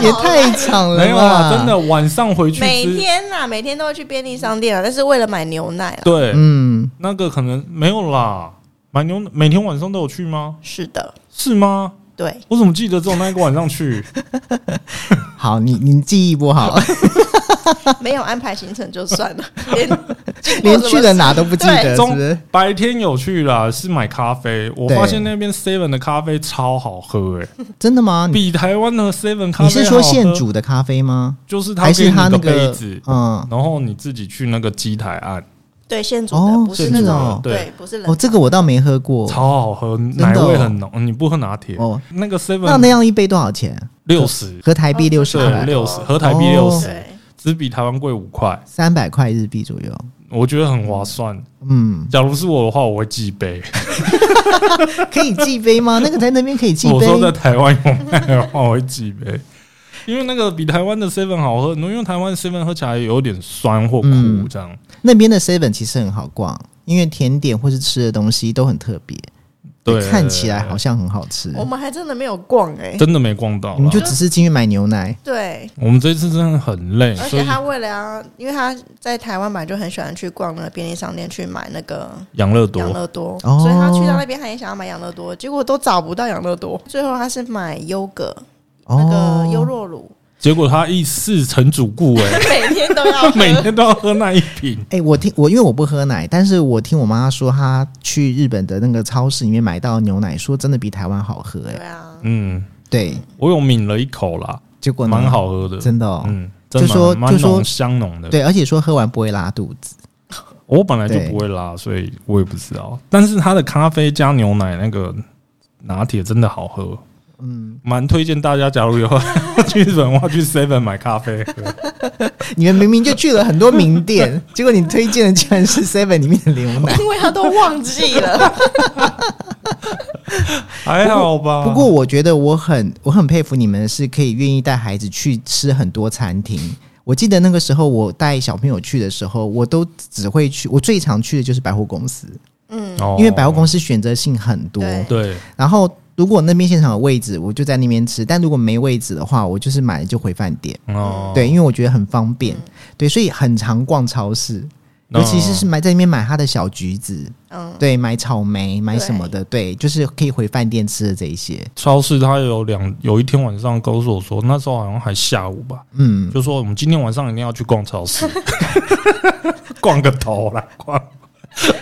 Speaker 1: 也太长了吧，
Speaker 2: 没有啊，真的晚上回去
Speaker 3: 哦每
Speaker 2: 吃，
Speaker 3: 天呐、每天都会去便利商店啊，但是为了买牛奶啊。
Speaker 2: 对，
Speaker 1: 嗯，
Speaker 2: 那个可能没有啦。买牛奶每天晚上都有去吗？
Speaker 3: 是的，
Speaker 2: 是吗？
Speaker 3: 对，
Speaker 2: 我怎么记得只有那一个晚上去？
Speaker 1: 好，你你记忆不好，
Speaker 3: 没有安排行程就算 了，连经过
Speaker 1: 连
Speaker 3: 什么
Speaker 1: 去了
Speaker 3: 事
Speaker 1: 哪都不记得，啊是
Speaker 2: 中
Speaker 1: 不是？
Speaker 2: 白天有去啦，是买咖啡。我
Speaker 1: 对
Speaker 2: 发现那边 Seven 的咖啡超好喝、欸，
Speaker 1: 真的吗？你
Speaker 2: 比台湾的 Seven 咖
Speaker 1: 嗯你
Speaker 2: 啡
Speaker 1: 是说
Speaker 2: 好喝
Speaker 1: 现，煮的咖啡吗？
Speaker 2: 就是他
Speaker 1: 还
Speaker 2: 给
Speaker 1: 是
Speaker 2: 你
Speaker 1: 他那
Speaker 2: 个杯
Speaker 1: 个
Speaker 2: 子，
Speaker 1: 嗯？
Speaker 2: 然后你自己去那个机台按，
Speaker 3: 对现煮
Speaker 1: 哦
Speaker 3: 的，不是
Speaker 1: 现
Speaker 3: 那
Speaker 1: 煮的
Speaker 3: 种
Speaker 2: 对
Speaker 3: 对，不是冷
Speaker 1: 哦，这个我倒没喝过。
Speaker 2: 超好喝，
Speaker 1: 的哦
Speaker 2: 奶味很浓。你不喝拿铁
Speaker 1: 哦，
Speaker 2: 那个
Speaker 1: 那那
Speaker 2: Seven
Speaker 1: 样一杯多少
Speaker 3: 哦
Speaker 1: 钱？
Speaker 2: 六十，
Speaker 1: 合台币六十
Speaker 3: 对
Speaker 2: 对，
Speaker 1: 块，
Speaker 2: 六十，合台币
Speaker 1: 哦
Speaker 2: 六十，
Speaker 3: 对，
Speaker 2: 只比台湾贵五块，
Speaker 1: 三百块日币左右。
Speaker 2: 我觉得很划算。
Speaker 1: 嗯，
Speaker 2: 假如是我的话，我会寄杯。
Speaker 1: 可以寄杯吗？那个在那边可以寄
Speaker 2: 我
Speaker 1: 杯
Speaker 2: 说。在台湾有卖的话，我会寄杯。因为那个比台湾的 seven 好喝很多，因为台湾 seven 喝起来有点酸或苦
Speaker 1: 嗯
Speaker 2: 这样。
Speaker 1: 那边的 Seven 其实很好逛，因为甜点或是吃的东西都很特别，
Speaker 2: 对，
Speaker 1: 看起来好像很好吃。
Speaker 3: 我们还真的没有逛哎、
Speaker 2: 真的没逛到啦，
Speaker 1: 我们就只是进去买牛奶，
Speaker 3: 对，
Speaker 2: 我们这次真的很累，
Speaker 3: 而
Speaker 2: 所
Speaker 3: 且
Speaker 2: 以
Speaker 3: 他为了要，因为他在台湾买就很喜欢去逛那个便利商店去买那个
Speaker 2: 养乐
Speaker 3: 养
Speaker 2: 多
Speaker 3: 乐多，
Speaker 1: 哦
Speaker 3: 所以他去到那边他也想要买养乐多，结果都找不到养乐多，最后他是买优格、那个优
Speaker 1: 哦，
Speaker 3: 酪乳，
Speaker 2: 结果他一事成主顾哎、
Speaker 3: 每天 都要喝。
Speaker 2: 每天都要喝那一瓶，
Speaker 1: 哎、我听我因为我不喝奶，但是我听我妈说，她去日本的那个超市里面买到牛奶，说真的比台湾好喝、
Speaker 3: 对
Speaker 1: 哎，
Speaker 3: 啊，
Speaker 2: 嗯，
Speaker 1: 对，
Speaker 2: 我有抿了一口啦，
Speaker 1: 结果呢
Speaker 2: 蛮，好喝的，
Speaker 1: 真的、哦，
Speaker 2: 嗯，真的
Speaker 1: 就说
Speaker 2: 蛮蛮
Speaker 1: 就说
Speaker 2: 浓香浓的。
Speaker 1: 对，而且说喝完不会拉肚子，
Speaker 2: 我本来就
Speaker 1: 对
Speaker 2: 不会拉，所以我也不知道。但是它的咖啡加牛奶那个拿铁真的好喝，嗯，蛮推荐大家。假如有 去日本的话，去 Seven 买咖 啡喝。
Speaker 1: 你们明明就去了很多名 店，结果你推荐的竟然是 Seven 里面的牛奶。
Speaker 3: 因为他都忘 记了。
Speaker 2: 还好吧。
Speaker 1: 不过我觉得我很我很佩服你们，是可以愿意带孩子去吃很多餐厅。我记得那个时候我带小朋友去的时候，我都只会去，我最常去的就是百货公司，
Speaker 3: 嗯，
Speaker 2: 哦
Speaker 1: 因为百货公司选择性很多。
Speaker 3: 对
Speaker 2: 对
Speaker 1: 然后如果那边现场有位置，我就在那边吃；但如果没位置的话，我就是买了就回饭店。
Speaker 2: 哦，
Speaker 1: 对，因为我觉得很方便，对，所以很常逛超市，
Speaker 2: 哦
Speaker 1: 尤其是是买在那边买它的小橘子，
Speaker 3: 嗯，
Speaker 1: 对，买草莓，买什么的，对，就是可以回饭店吃的这一些，
Speaker 2: 超市它有两有一天晚上告诉我说，那时候好像还下午吧，
Speaker 1: 嗯，
Speaker 2: 就说我们今天晚上一定要去逛超市， 逛个头啦，逛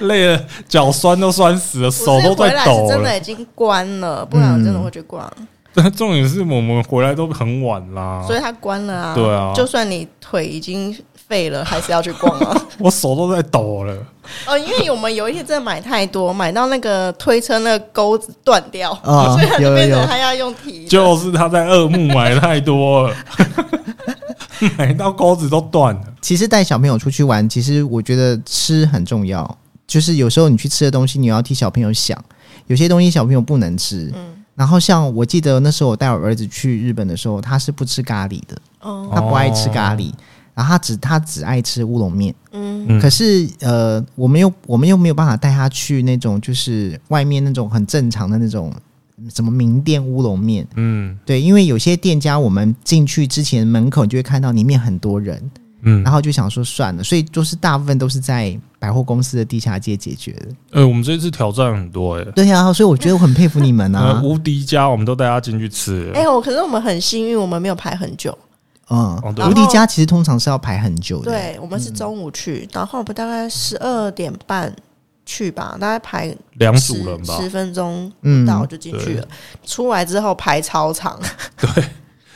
Speaker 2: 累了，脚酸都酸死了，手
Speaker 3: 我
Speaker 2: 都
Speaker 3: 是回
Speaker 2: 在
Speaker 3: 来是
Speaker 2: 抖
Speaker 3: 真
Speaker 2: 了。嗯
Speaker 3: 的已经关了，不然我真的会去逛，
Speaker 2: 但重点是我们回来都很晚啦，
Speaker 3: 所以他关了啊。
Speaker 2: 对啊
Speaker 3: 就算你腿已经废了，还是要去 逛啊。
Speaker 2: 我手都在抖了。
Speaker 3: 哦，因为我们有一天真的买太多，买到那个推车那个钩子断掉，
Speaker 1: 啊
Speaker 3: 所以他
Speaker 1: 有
Speaker 3: 就
Speaker 1: 有
Speaker 3: 变成
Speaker 1: 有
Speaker 3: 还要用提的。
Speaker 2: 就是他在二木买太多 了，买到钩子都断了。
Speaker 1: 其实带小朋友出去玩，其实我觉得吃很重要，就是有时候你去吃的东西，你要替小朋友想，有些东西小朋友不能吃。
Speaker 3: 嗯
Speaker 1: 然后像我记得那时候我带我儿子去日本的时候，他是不吃咖喱的，
Speaker 3: 哦，
Speaker 1: 他不爱吃咖喱，然后他只他只爱吃乌龙面。
Speaker 3: 嗯，
Speaker 2: 嗯
Speaker 1: 可是呃，我们又我们又没有办法带他去那种就是外面那种很正常的那种什么名店乌龙面，
Speaker 2: 嗯
Speaker 1: 对，因为有些店家我们进去之前门口就会看到里面很多人，
Speaker 2: 嗯
Speaker 1: 然，后就想说算了，所以就是大部分都是在百货公司的地下街解决的。
Speaker 2: 呃、我们这次挑战很多哎、欸。
Speaker 1: 对啊，所以我觉得我很佩服你们
Speaker 2: 呃，
Speaker 1: 啊。
Speaker 2: 无敌家 我们都带他进去吃了，
Speaker 3: 哎、我可是我们很幸运，我们没有排很久。
Speaker 1: 嗯
Speaker 2: 哦，对
Speaker 1: 无敌家其实通常是要排很久的。，
Speaker 3: 对，我们是中午
Speaker 1: 嗯
Speaker 3: 去，然后我们大概十二点半去吧，大概排
Speaker 2: 两
Speaker 3: 十
Speaker 2: 组人吧，
Speaker 3: 十分钟
Speaker 1: 嗯
Speaker 3: 到就进去了。出来之后排超长，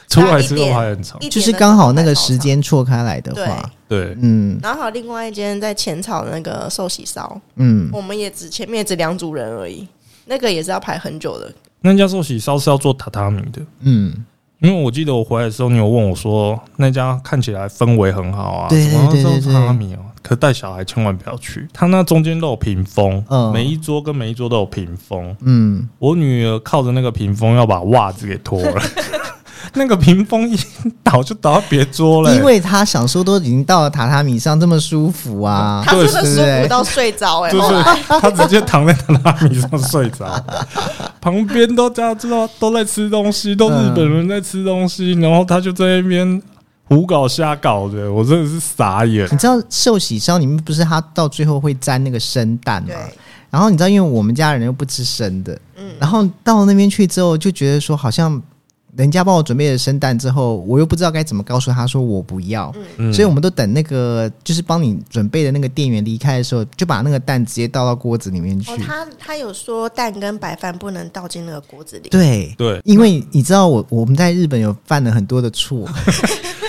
Speaker 2: 出来之后还很长。
Speaker 3: 一点的
Speaker 1: 就是刚好那个
Speaker 3: 时候
Speaker 1: 时间错开来的话，
Speaker 2: 对，
Speaker 1: 嗯
Speaker 3: 排超长。然后还有另外一间在浅草的那个寿喜烧，
Speaker 1: 嗯，
Speaker 3: 我们也只前面也只两组人而已，那个也是要排很久的。
Speaker 2: 那家寿喜烧是要做榻榻米的，
Speaker 1: 嗯，
Speaker 2: 因为我记得我回来的时候，你有问我说那家看起来氛围很好啊，
Speaker 1: 对对
Speaker 2: 怎么
Speaker 1: 对
Speaker 2: 要
Speaker 1: 对
Speaker 2: 做
Speaker 1: 对
Speaker 2: 榻榻米哦、可带小孩千万不要去，它那中间都有屏风，
Speaker 1: 嗯
Speaker 2: 每一桌跟每一桌都有屏风，
Speaker 1: 嗯，
Speaker 2: 我女儿靠着那个屏风要把袜子给脱 了，那个屏风一倒就倒到别桌了、
Speaker 1: 因为他想说都已经到了榻榻米上这么舒服啊，
Speaker 3: 他真的
Speaker 1: 对不
Speaker 3: 舒服
Speaker 1: 对？
Speaker 3: 到睡着哎、欸，
Speaker 2: 就
Speaker 3: 后
Speaker 2: 是
Speaker 3: 来
Speaker 2: 她直接躺在榻榻米上睡着，旁边都大家知道都在吃东西，都日本人在吃东西，然后她就在那边胡搞瞎搞的，我真的是傻眼。
Speaker 1: 你知道寿喜烧里面不是它到最后会沾那个生蛋吗？
Speaker 3: 对。嗯
Speaker 1: 然后你知道，因为我们家人又不吃生的，然后到那边去之后，就觉得说好像人家帮我准备了生蛋之后，我又不知道该怎么告诉他说我不要，
Speaker 2: 嗯
Speaker 1: 所以我们都等那个就是帮你准备的那个店员离开的时候，就把那个蛋直接倒到锅子里面去。
Speaker 3: 哦，他他有说蛋跟白饭不能倒进那个锅子里，
Speaker 1: 对，
Speaker 2: 对，
Speaker 1: 因为你知道我我们在日本有犯了很多的 错，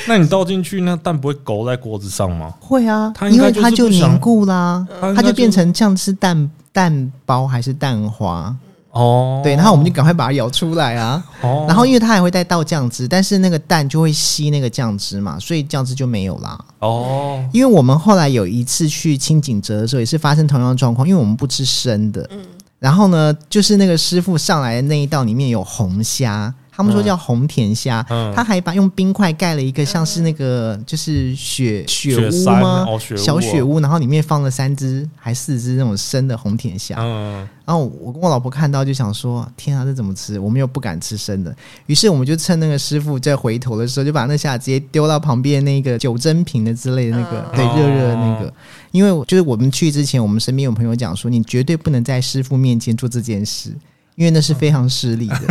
Speaker 2: 那你倒进去，那蛋不会勾在锅子上吗？
Speaker 1: 会啊
Speaker 2: 他，应
Speaker 1: 因
Speaker 2: 该
Speaker 1: 为
Speaker 2: 就是
Speaker 1: 它就
Speaker 2: 不想
Speaker 1: 凝固啦，
Speaker 2: 他应
Speaker 1: 它
Speaker 2: 该就是
Speaker 1: 就变成像是蛋蛋包还是蛋花，
Speaker 2: 哦，
Speaker 1: 对，然后我们就赶快把它舀出来啊。
Speaker 2: 哦，
Speaker 1: 然后因为它还会带倒酱汁，但是那个蛋就会吸那个酱汁嘛，所以酱汁就没有啦。
Speaker 2: 哦，
Speaker 1: 因为我们后来有一次去清景泽的时候，也是发生同样的状况，因为我们不吃生的，然后呢，就是那个师傅上来的那一道里面有红虾，他们说叫红甜虾，
Speaker 2: 嗯
Speaker 1: 他还把用冰块盖了一个像是那个就是雪雪屋
Speaker 2: 山
Speaker 1: 吗？
Speaker 2: 哦，雪屋
Speaker 1: 小雪
Speaker 2: 哦，
Speaker 1: 屋，然后里面放了三只还四只那种生的红甜虾，
Speaker 2: 嗯，
Speaker 1: 然后我跟我老婆看到就想说：“天啊，这怎么吃？”我们又不敢吃生的，于是我们就趁那个师傅在回头的时候，就把那虾直接丢到旁边那个九蒸瓶的之类的那个，
Speaker 2: 嗯
Speaker 1: 对，热热的那个。因为我就是我们去之前，我们身边有朋友讲说，你绝对不能在师傅面前做这件事，因为那是非常失礼的。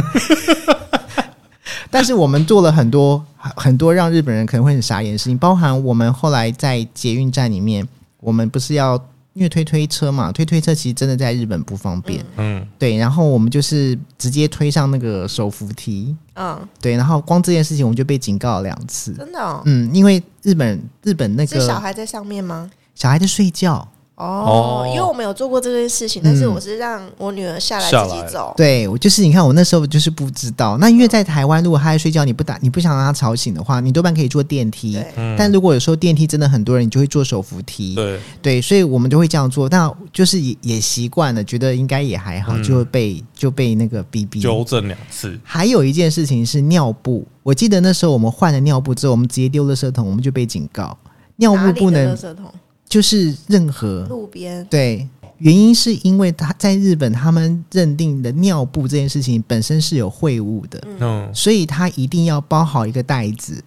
Speaker 1: 但是我们做了很多很多让日本人可能会很傻眼的事情，包含我们后来在捷运站里面，我们不是要因为推推车嘛，推推车其实真的在日本不方便，
Speaker 2: 嗯，
Speaker 1: 对，然后我们就是直接推上那个手扶梯，
Speaker 3: 嗯，
Speaker 1: 对，然后光这件事情我们就被警告了两次，
Speaker 3: 真的哦，
Speaker 1: 嗯，因为日本日本那
Speaker 3: 是小
Speaker 1: 个
Speaker 3: 孩在上面吗？
Speaker 1: 小孩在睡觉，
Speaker 3: 哦，
Speaker 2: 哦
Speaker 3: 因为我们有做过这件事情，但是
Speaker 1: 嗯
Speaker 3: 我是让我女儿下来
Speaker 2: 下
Speaker 3: 自己
Speaker 2: 来
Speaker 3: 走。
Speaker 1: 对我就是你看我那时候就是不知道，那因为在台湾如果他在睡觉，你不打你不想让他吵醒的话，你多半可以坐电梯
Speaker 3: 对，
Speaker 2: 嗯
Speaker 1: 但如果有时候电梯真的很多人，你就会坐手扶梯，
Speaker 2: 对，
Speaker 1: 对，所以我们就会这样做，但就是也也习惯了，觉得应该也还好，
Speaker 2: 嗯
Speaker 1: 就会被就被那个逼逼。
Speaker 2: 纠正两次，
Speaker 1: 还有一件事情是尿布，我记得那时候我们换了尿布之后，我们直接丢垃圾桶，我们就被警告，尿
Speaker 3: 哪
Speaker 1: 布
Speaker 3: 里
Speaker 1: 不
Speaker 3: 的
Speaker 1: 能
Speaker 3: 垃圾桶，
Speaker 1: 就是任何
Speaker 3: 路边
Speaker 1: 对。原因是因为他在日本，他们认定的尿布这件事情本身是有秽物的，
Speaker 2: 嗯，
Speaker 1: 所以他一定要包好一个袋子，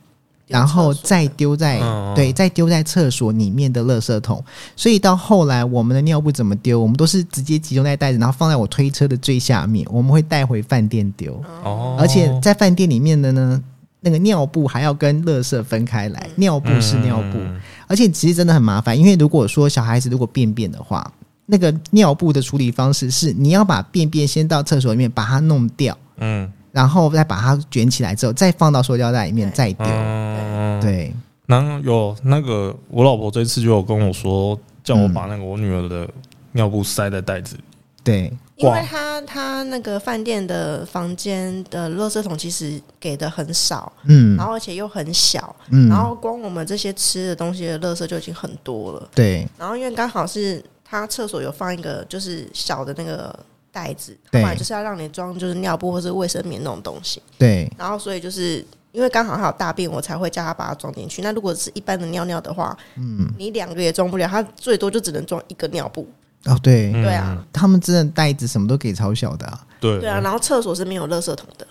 Speaker 1: 然后再丢在、
Speaker 2: 嗯嗯
Speaker 1: 对，再丢在厕所里面的垃圾桶。所以到后来，我们的尿布怎么丢，我们都是直接集中在袋子，然后放在我推车的最下面，我们会带回饭店丢。
Speaker 2: 哦，
Speaker 1: 而且在饭店里面的呢，那个尿布还要跟垃圾分开
Speaker 3: 嗯
Speaker 1: 来，尿布是尿布，
Speaker 2: 嗯
Speaker 1: 而且其实真的很麻烦，因为如果说小孩子如果便便的话，那个尿布的处理方式是你要把便便先到厕所里面把它弄掉，
Speaker 2: 嗯
Speaker 1: 然后再把它卷起来之后再放到塑胶袋里面再丢，
Speaker 2: 嗯，
Speaker 1: 对，
Speaker 2: 然后有那个我老婆这次就有跟我说，叫我把那个我女儿的尿布塞在袋子里，
Speaker 1: 对，
Speaker 3: 因为
Speaker 2: 哇
Speaker 3: 他他那个饭店的房间的垃圾桶其实给的很少，
Speaker 1: 嗯
Speaker 3: 然后而且又很小，
Speaker 1: 嗯，
Speaker 3: 然后光我们这些吃的东西的垃圾就已经很多了。
Speaker 1: 对
Speaker 3: 然后因为刚好是他厕所有放一个就是小的那个袋子，
Speaker 1: 对
Speaker 3: 本来就是要让你装就是尿布或是卫生棉那种东西，
Speaker 1: 对
Speaker 3: 然后所以就是。因为刚好还有大便，我才会叫他把它装进去。那如果是一般的尿尿的话，嗯，你两个也装不了，他最多就只能装一个尿布。
Speaker 1: 哦对，
Speaker 2: 嗯
Speaker 3: 对啊，
Speaker 1: 他们真的袋子什么都给超小的、啊，
Speaker 2: 对
Speaker 3: 对啊，然后厕所是没有垃圾桶的，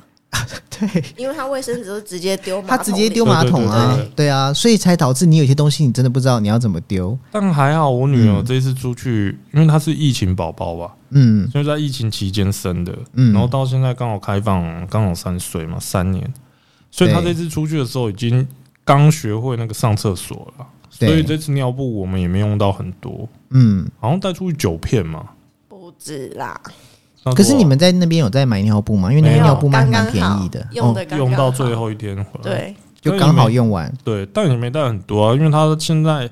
Speaker 1: 对。
Speaker 3: 因为他卫生纸都直接丢马
Speaker 1: 他
Speaker 3: 桶
Speaker 1: 直接丢马桶啊，
Speaker 2: 对对对
Speaker 1: 对啊，所以才导致你有些东西你真的不知道你要怎么丢，
Speaker 2: 但还好我女儿这次出去，因为她是疫情宝宝吧，
Speaker 1: 嗯
Speaker 2: 所以在疫情期间生的，
Speaker 1: 嗯，
Speaker 2: 然后到现在刚好开放，刚好三岁嘛，三年，所以她
Speaker 1: 对
Speaker 2: 这次出去的时候已经刚学会那个上厕所了，所
Speaker 1: 对
Speaker 2: 以这次尿布我们也没用到很多，
Speaker 1: 嗯，
Speaker 2: 好像带出去九片嘛。
Speaker 3: 不止啦，
Speaker 2: 那
Speaker 1: 可是
Speaker 2: 多
Speaker 1: 你们在那边有在买尿布吗？因为那边
Speaker 2: 没有
Speaker 1: 尿布卖
Speaker 3: 刚
Speaker 1: 蛮
Speaker 3: 刚
Speaker 1: 便
Speaker 3: 好
Speaker 1: 宜的，
Speaker 3: 用
Speaker 1: 哦、
Speaker 3: 的刚刚
Speaker 2: 用到
Speaker 3: 好
Speaker 2: 最，后一天回来，
Speaker 3: 对，
Speaker 1: 就刚好用完，
Speaker 2: 对，但也没带很多啊，因为他现在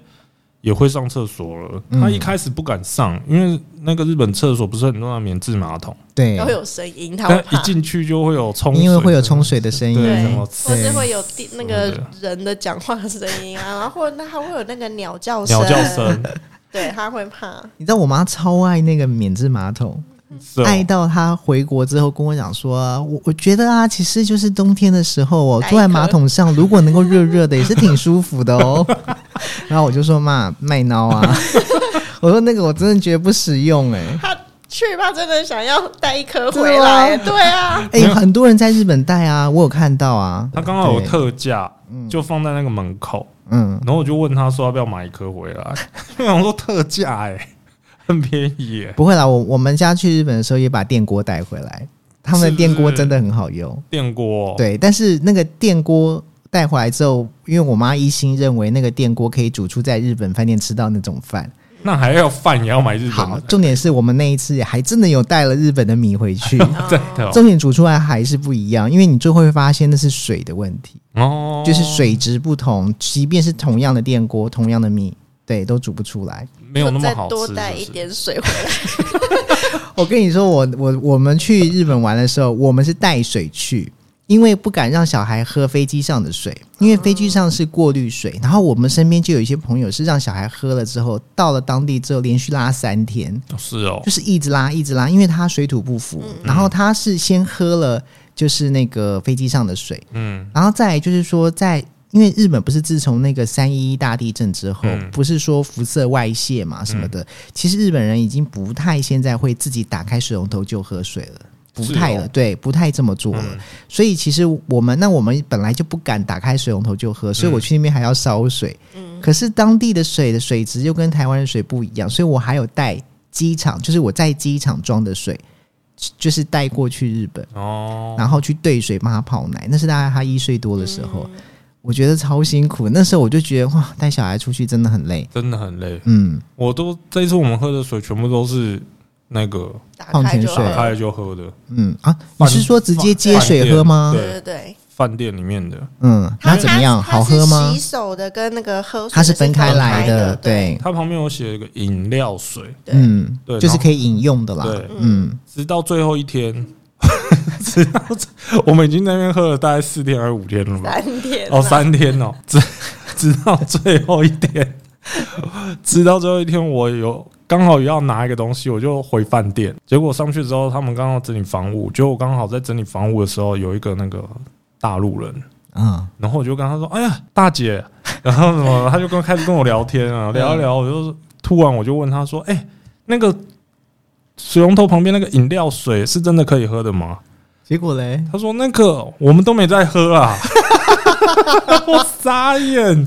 Speaker 2: 也会上厕所了。
Speaker 1: 嗯
Speaker 2: 他一开始不敢上，因为那个日本厕所不是很多那免治马桶，
Speaker 1: 对，
Speaker 3: 都有声音，他
Speaker 2: 但
Speaker 3: 会
Speaker 2: 一
Speaker 3: 怕，
Speaker 2: 进去就会有冲水，
Speaker 1: 因为会有冲水的声音，
Speaker 2: 对什
Speaker 3: 对，
Speaker 2: 么
Speaker 3: 或是会有地那个
Speaker 2: 对
Speaker 3: 人的讲话声音啊，然后或那还会有那个鸟叫
Speaker 2: 鸟叫， 声，
Speaker 3: 对，他会怕，
Speaker 1: 你知道我妈超爱那个免治马桶，
Speaker 2: 是
Speaker 1: 爱
Speaker 2: 哦
Speaker 1: 到她回国之后跟我讲说，我我觉得啊，其实就是冬天的时候 哦，
Speaker 3: 来一
Speaker 1: 坐在
Speaker 3: 颗
Speaker 1: 马桶上，如果能够热热的，也是挺舒服的 哦。然后我就说妈，卖孬啊， 我说那个我真的觉得不实用哎、
Speaker 3: 他去吧，真的想要带一颗回
Speaker 1: 对啊
Speaker 3: 来，对啊，
Speaker 1: 哎、很多人在日本带啊，我有看到啊。
Speaker 2: 他刚好有
Speaker 1: 对，
Speaker 2: 特价，就放在那个门口，
Speaker 1: 嗯，
Speaker 2: 然后我就问他说要不要买一颗回来， 我想说特价哎， 很便宜欸耶，
Speaker 1: 不会啦，我我们家去日本的时候也把电锅带回来，他们
Speaker 2: 是
Speaker 1: 的
Speaker 2: 不
Speaker 1: 电锅
Speaker 2: 是
Speaker 1: 真的很好用。
Speaker 2: 电锅哦，
Speaker 1: 对，但是那个电锅带回来之后，因为我妈一心认为那个电锅可以煮出在日本饭店吃到那种饭。
Speaker 2: 那还要饭也要买日本
Speaker 1: 好，
Speaker 2: 的，
Speaker 1: 重点是我们那一次还真的有带了日本的米回去，
Speaker 2: 对的 哦
Speaker 1: 重点煮出来还是不一样，因为你最后会发现那是水的问题，
Speaker 2: 哦，
Speaker 1: 就是水质不同，即便是同样的电锅、同样的米，对，都煮不出来。
Speaker 2: 没有那么
Speaker 3: 再
Speaker 2: 好吃，
Speaker 3: 多带一
Speaker 2: 是不是
Speaker 3: 点水回来，
Speaker 1: 我跟你说，我我我们去日本玩的时候，我们是带水去，因为不敢让小孩喝飞机上的水，因为飞机上是过滤水。然后我们身边就有一些朋友是让小孩喝了之后，到了当地之后连续拉三天，
Speaker 2: 哦是哦
Speaker 1: 就，是一直拉一直拉，因为他水土不服。然后他是先喝了就是那个飞机上的水。
Speaker 2: 嗯，
Speaker 1: 然后再来就是说在，因为日本不是自从那个三一一大地震之后，
Speaker 2: 嗯
Speaker 1: 不是说辐射外泄嘛什么的，其实日本人已经不太现在会自己打开水龙头就喝水了。不太
Speaker 2: 是
Speaker 1: 了，
Speaker 2: 哦嗯
Speaker 1: 对，不太这么做了。所以其实我们那我们本来就不敢打开水龙头就
Speaker 2: 嗯
Speaker 1: 喝，所以我去那边还要烧水。可是当地的水的水质又跟台湾的水不一样，所以我还有带机场，就是我在机场装的水，就是带过去日本。
Speaker 2: 哦，
Speaker 1: 然后去兑水帮他泡奶，那是大概他一岁多的时候，
Speaker 2: 嗯
Speaker 1: 我觉得超辛苦。那时候我就觉得哇，带小孩出去真的很累。
Speaker 2: 真的很累。
Speaker 1: 嗯，
Speaker 2: 我都这一次我们喝的水全部都是那个
Speaker 3: 打
Speaker 1: 矿
Speaker 3: 开
Speaker 1: 泉
Speaker 3: 就好
Speaker 1: 水
Speaker 2: 打
Speaker 3: 了。
Speaker 2: 开就喝的，
Speaker 1: 嗯啊，你
Speaker 2: 饭
Speaker 1: 是说直接接水喝吗？
Speaker 2: 饭
Speaker 3: 对对对，
Speaker 2: 饭店里面的。
Speaker 1: 嗯，那
Speaker 3: 它
Speaker 1: 怎么样？
Speaker 3: 它
Speaker 1: 好喝
Speaker 3: 它是
Speaker 1: 吗
Speaker 3: 洗？手的跟那个喝水
Speaker 1: 它是
Speaker 3: 分
Speaker 1: 分开来
Speaker 3: 的，
Speaker 1: 的，，对，
Speaker 2: 它旁边有写一个饮料水，
Speaker 1: 嗯，
Speaker 2: 对
Speaker 1: 就是
Speaker 2: 然后
Speaker 1: 可以饮用的啦。
Speaker 2: 对
Speaker 1: 嗯，
Speaker 2: 直到最后一天， 直到这我们已经在那边喝了大概四天还是五天了吧？
Speaker 3: 三天
Speaker 2: 哦，
Speaker 3: 啊
Speaker 2: 三天哦，直直到最后一天，直到最后一天，我有刚好要拿一个东西，我就回饭店。结果上去之后，他们刚好整理房屋，结果我刚好在整理房屋的时候，有一个那个大陆人，
Speaker 1: 啊，
Speaker 2: 然后我就跟他说：“哎呀，大姐。” 然后什么，他就跟开始跟我聊天
Speaker 1: 嗯
Speaker 2: 啊，聊一聊，我就突然我就问他说：“哎、那个水龙头旁边那个饮料水是真的可以喝的吗
Speaker 1: 结果嘞？”，
Speaker 2: 他说：“那个我们都没在 喝啊。”我傻眼。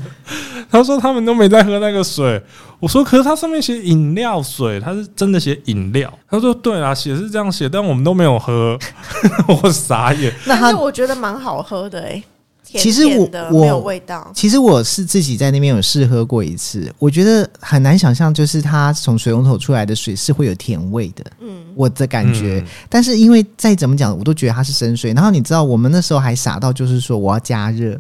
Speaker 2: 他说他们都没在喝那个水。我说：“可是它上面写饮料水，它是真的写饮料。”他说：“对啦，写是这样写，但我们都没有喝。” 我傻眼。
Speaker 1: 那
Speaker 3: 但是
Speaker 1: 他
Speaker 3: 我觉得蛮好喝的哎、甜
Speaker 1: 其实我
Speaker 3: 甜的
Speaker 1: 我
Speaker 3: 没有味道，
Speaker 1: 其实我是自己在那边有试喝过一次，我觉得很难想象，就是它从水龙头出来的水是会有甜味的。
Speaker 3: 嗯，
Speaker 1: 我的感觉。
Speaker 2: 嗯
Speaker 1: 但是因为再怎么讲，我都觉得它是生水。然后你知道，我们那时候还傻到就是说我要加热。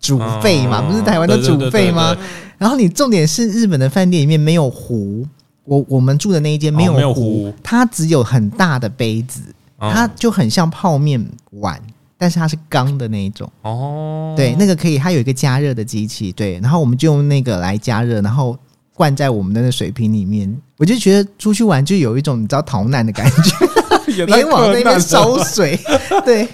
Speaker 1: 煮沸嘛，
Speaker 2: 嗯
Speaker 1: 不是台湾的煮沸吗
Speaker 2: 对对对对？
Speaker 1: 然后你重点是日本的饭店里面没有壶，我我们住的那一间没有
Speaker 2: 哦没有
Speaker 1: 壶，
Speaker 2: 壶
Speaker 1: 它只有很大的杯子，
Speaker 2: 嗯
Speaker 1: 它就很像泡面碗，但是它是钢的那一种。
Speaker 2: 哦，
Speaker 1: 对，那个可以，它有一个加热的机器，对，然后我们就用那个来加热，然后灌在我们的那水瓶里面。我就觉得出去玩就有一种你知道逃难的感 觉，
Speaker 2: 也太
Speaker 1: 别往那
Speaker 2: 困难
Speaker 1: 边
Speaker 2: 了
Speaker 1: 烧水。对，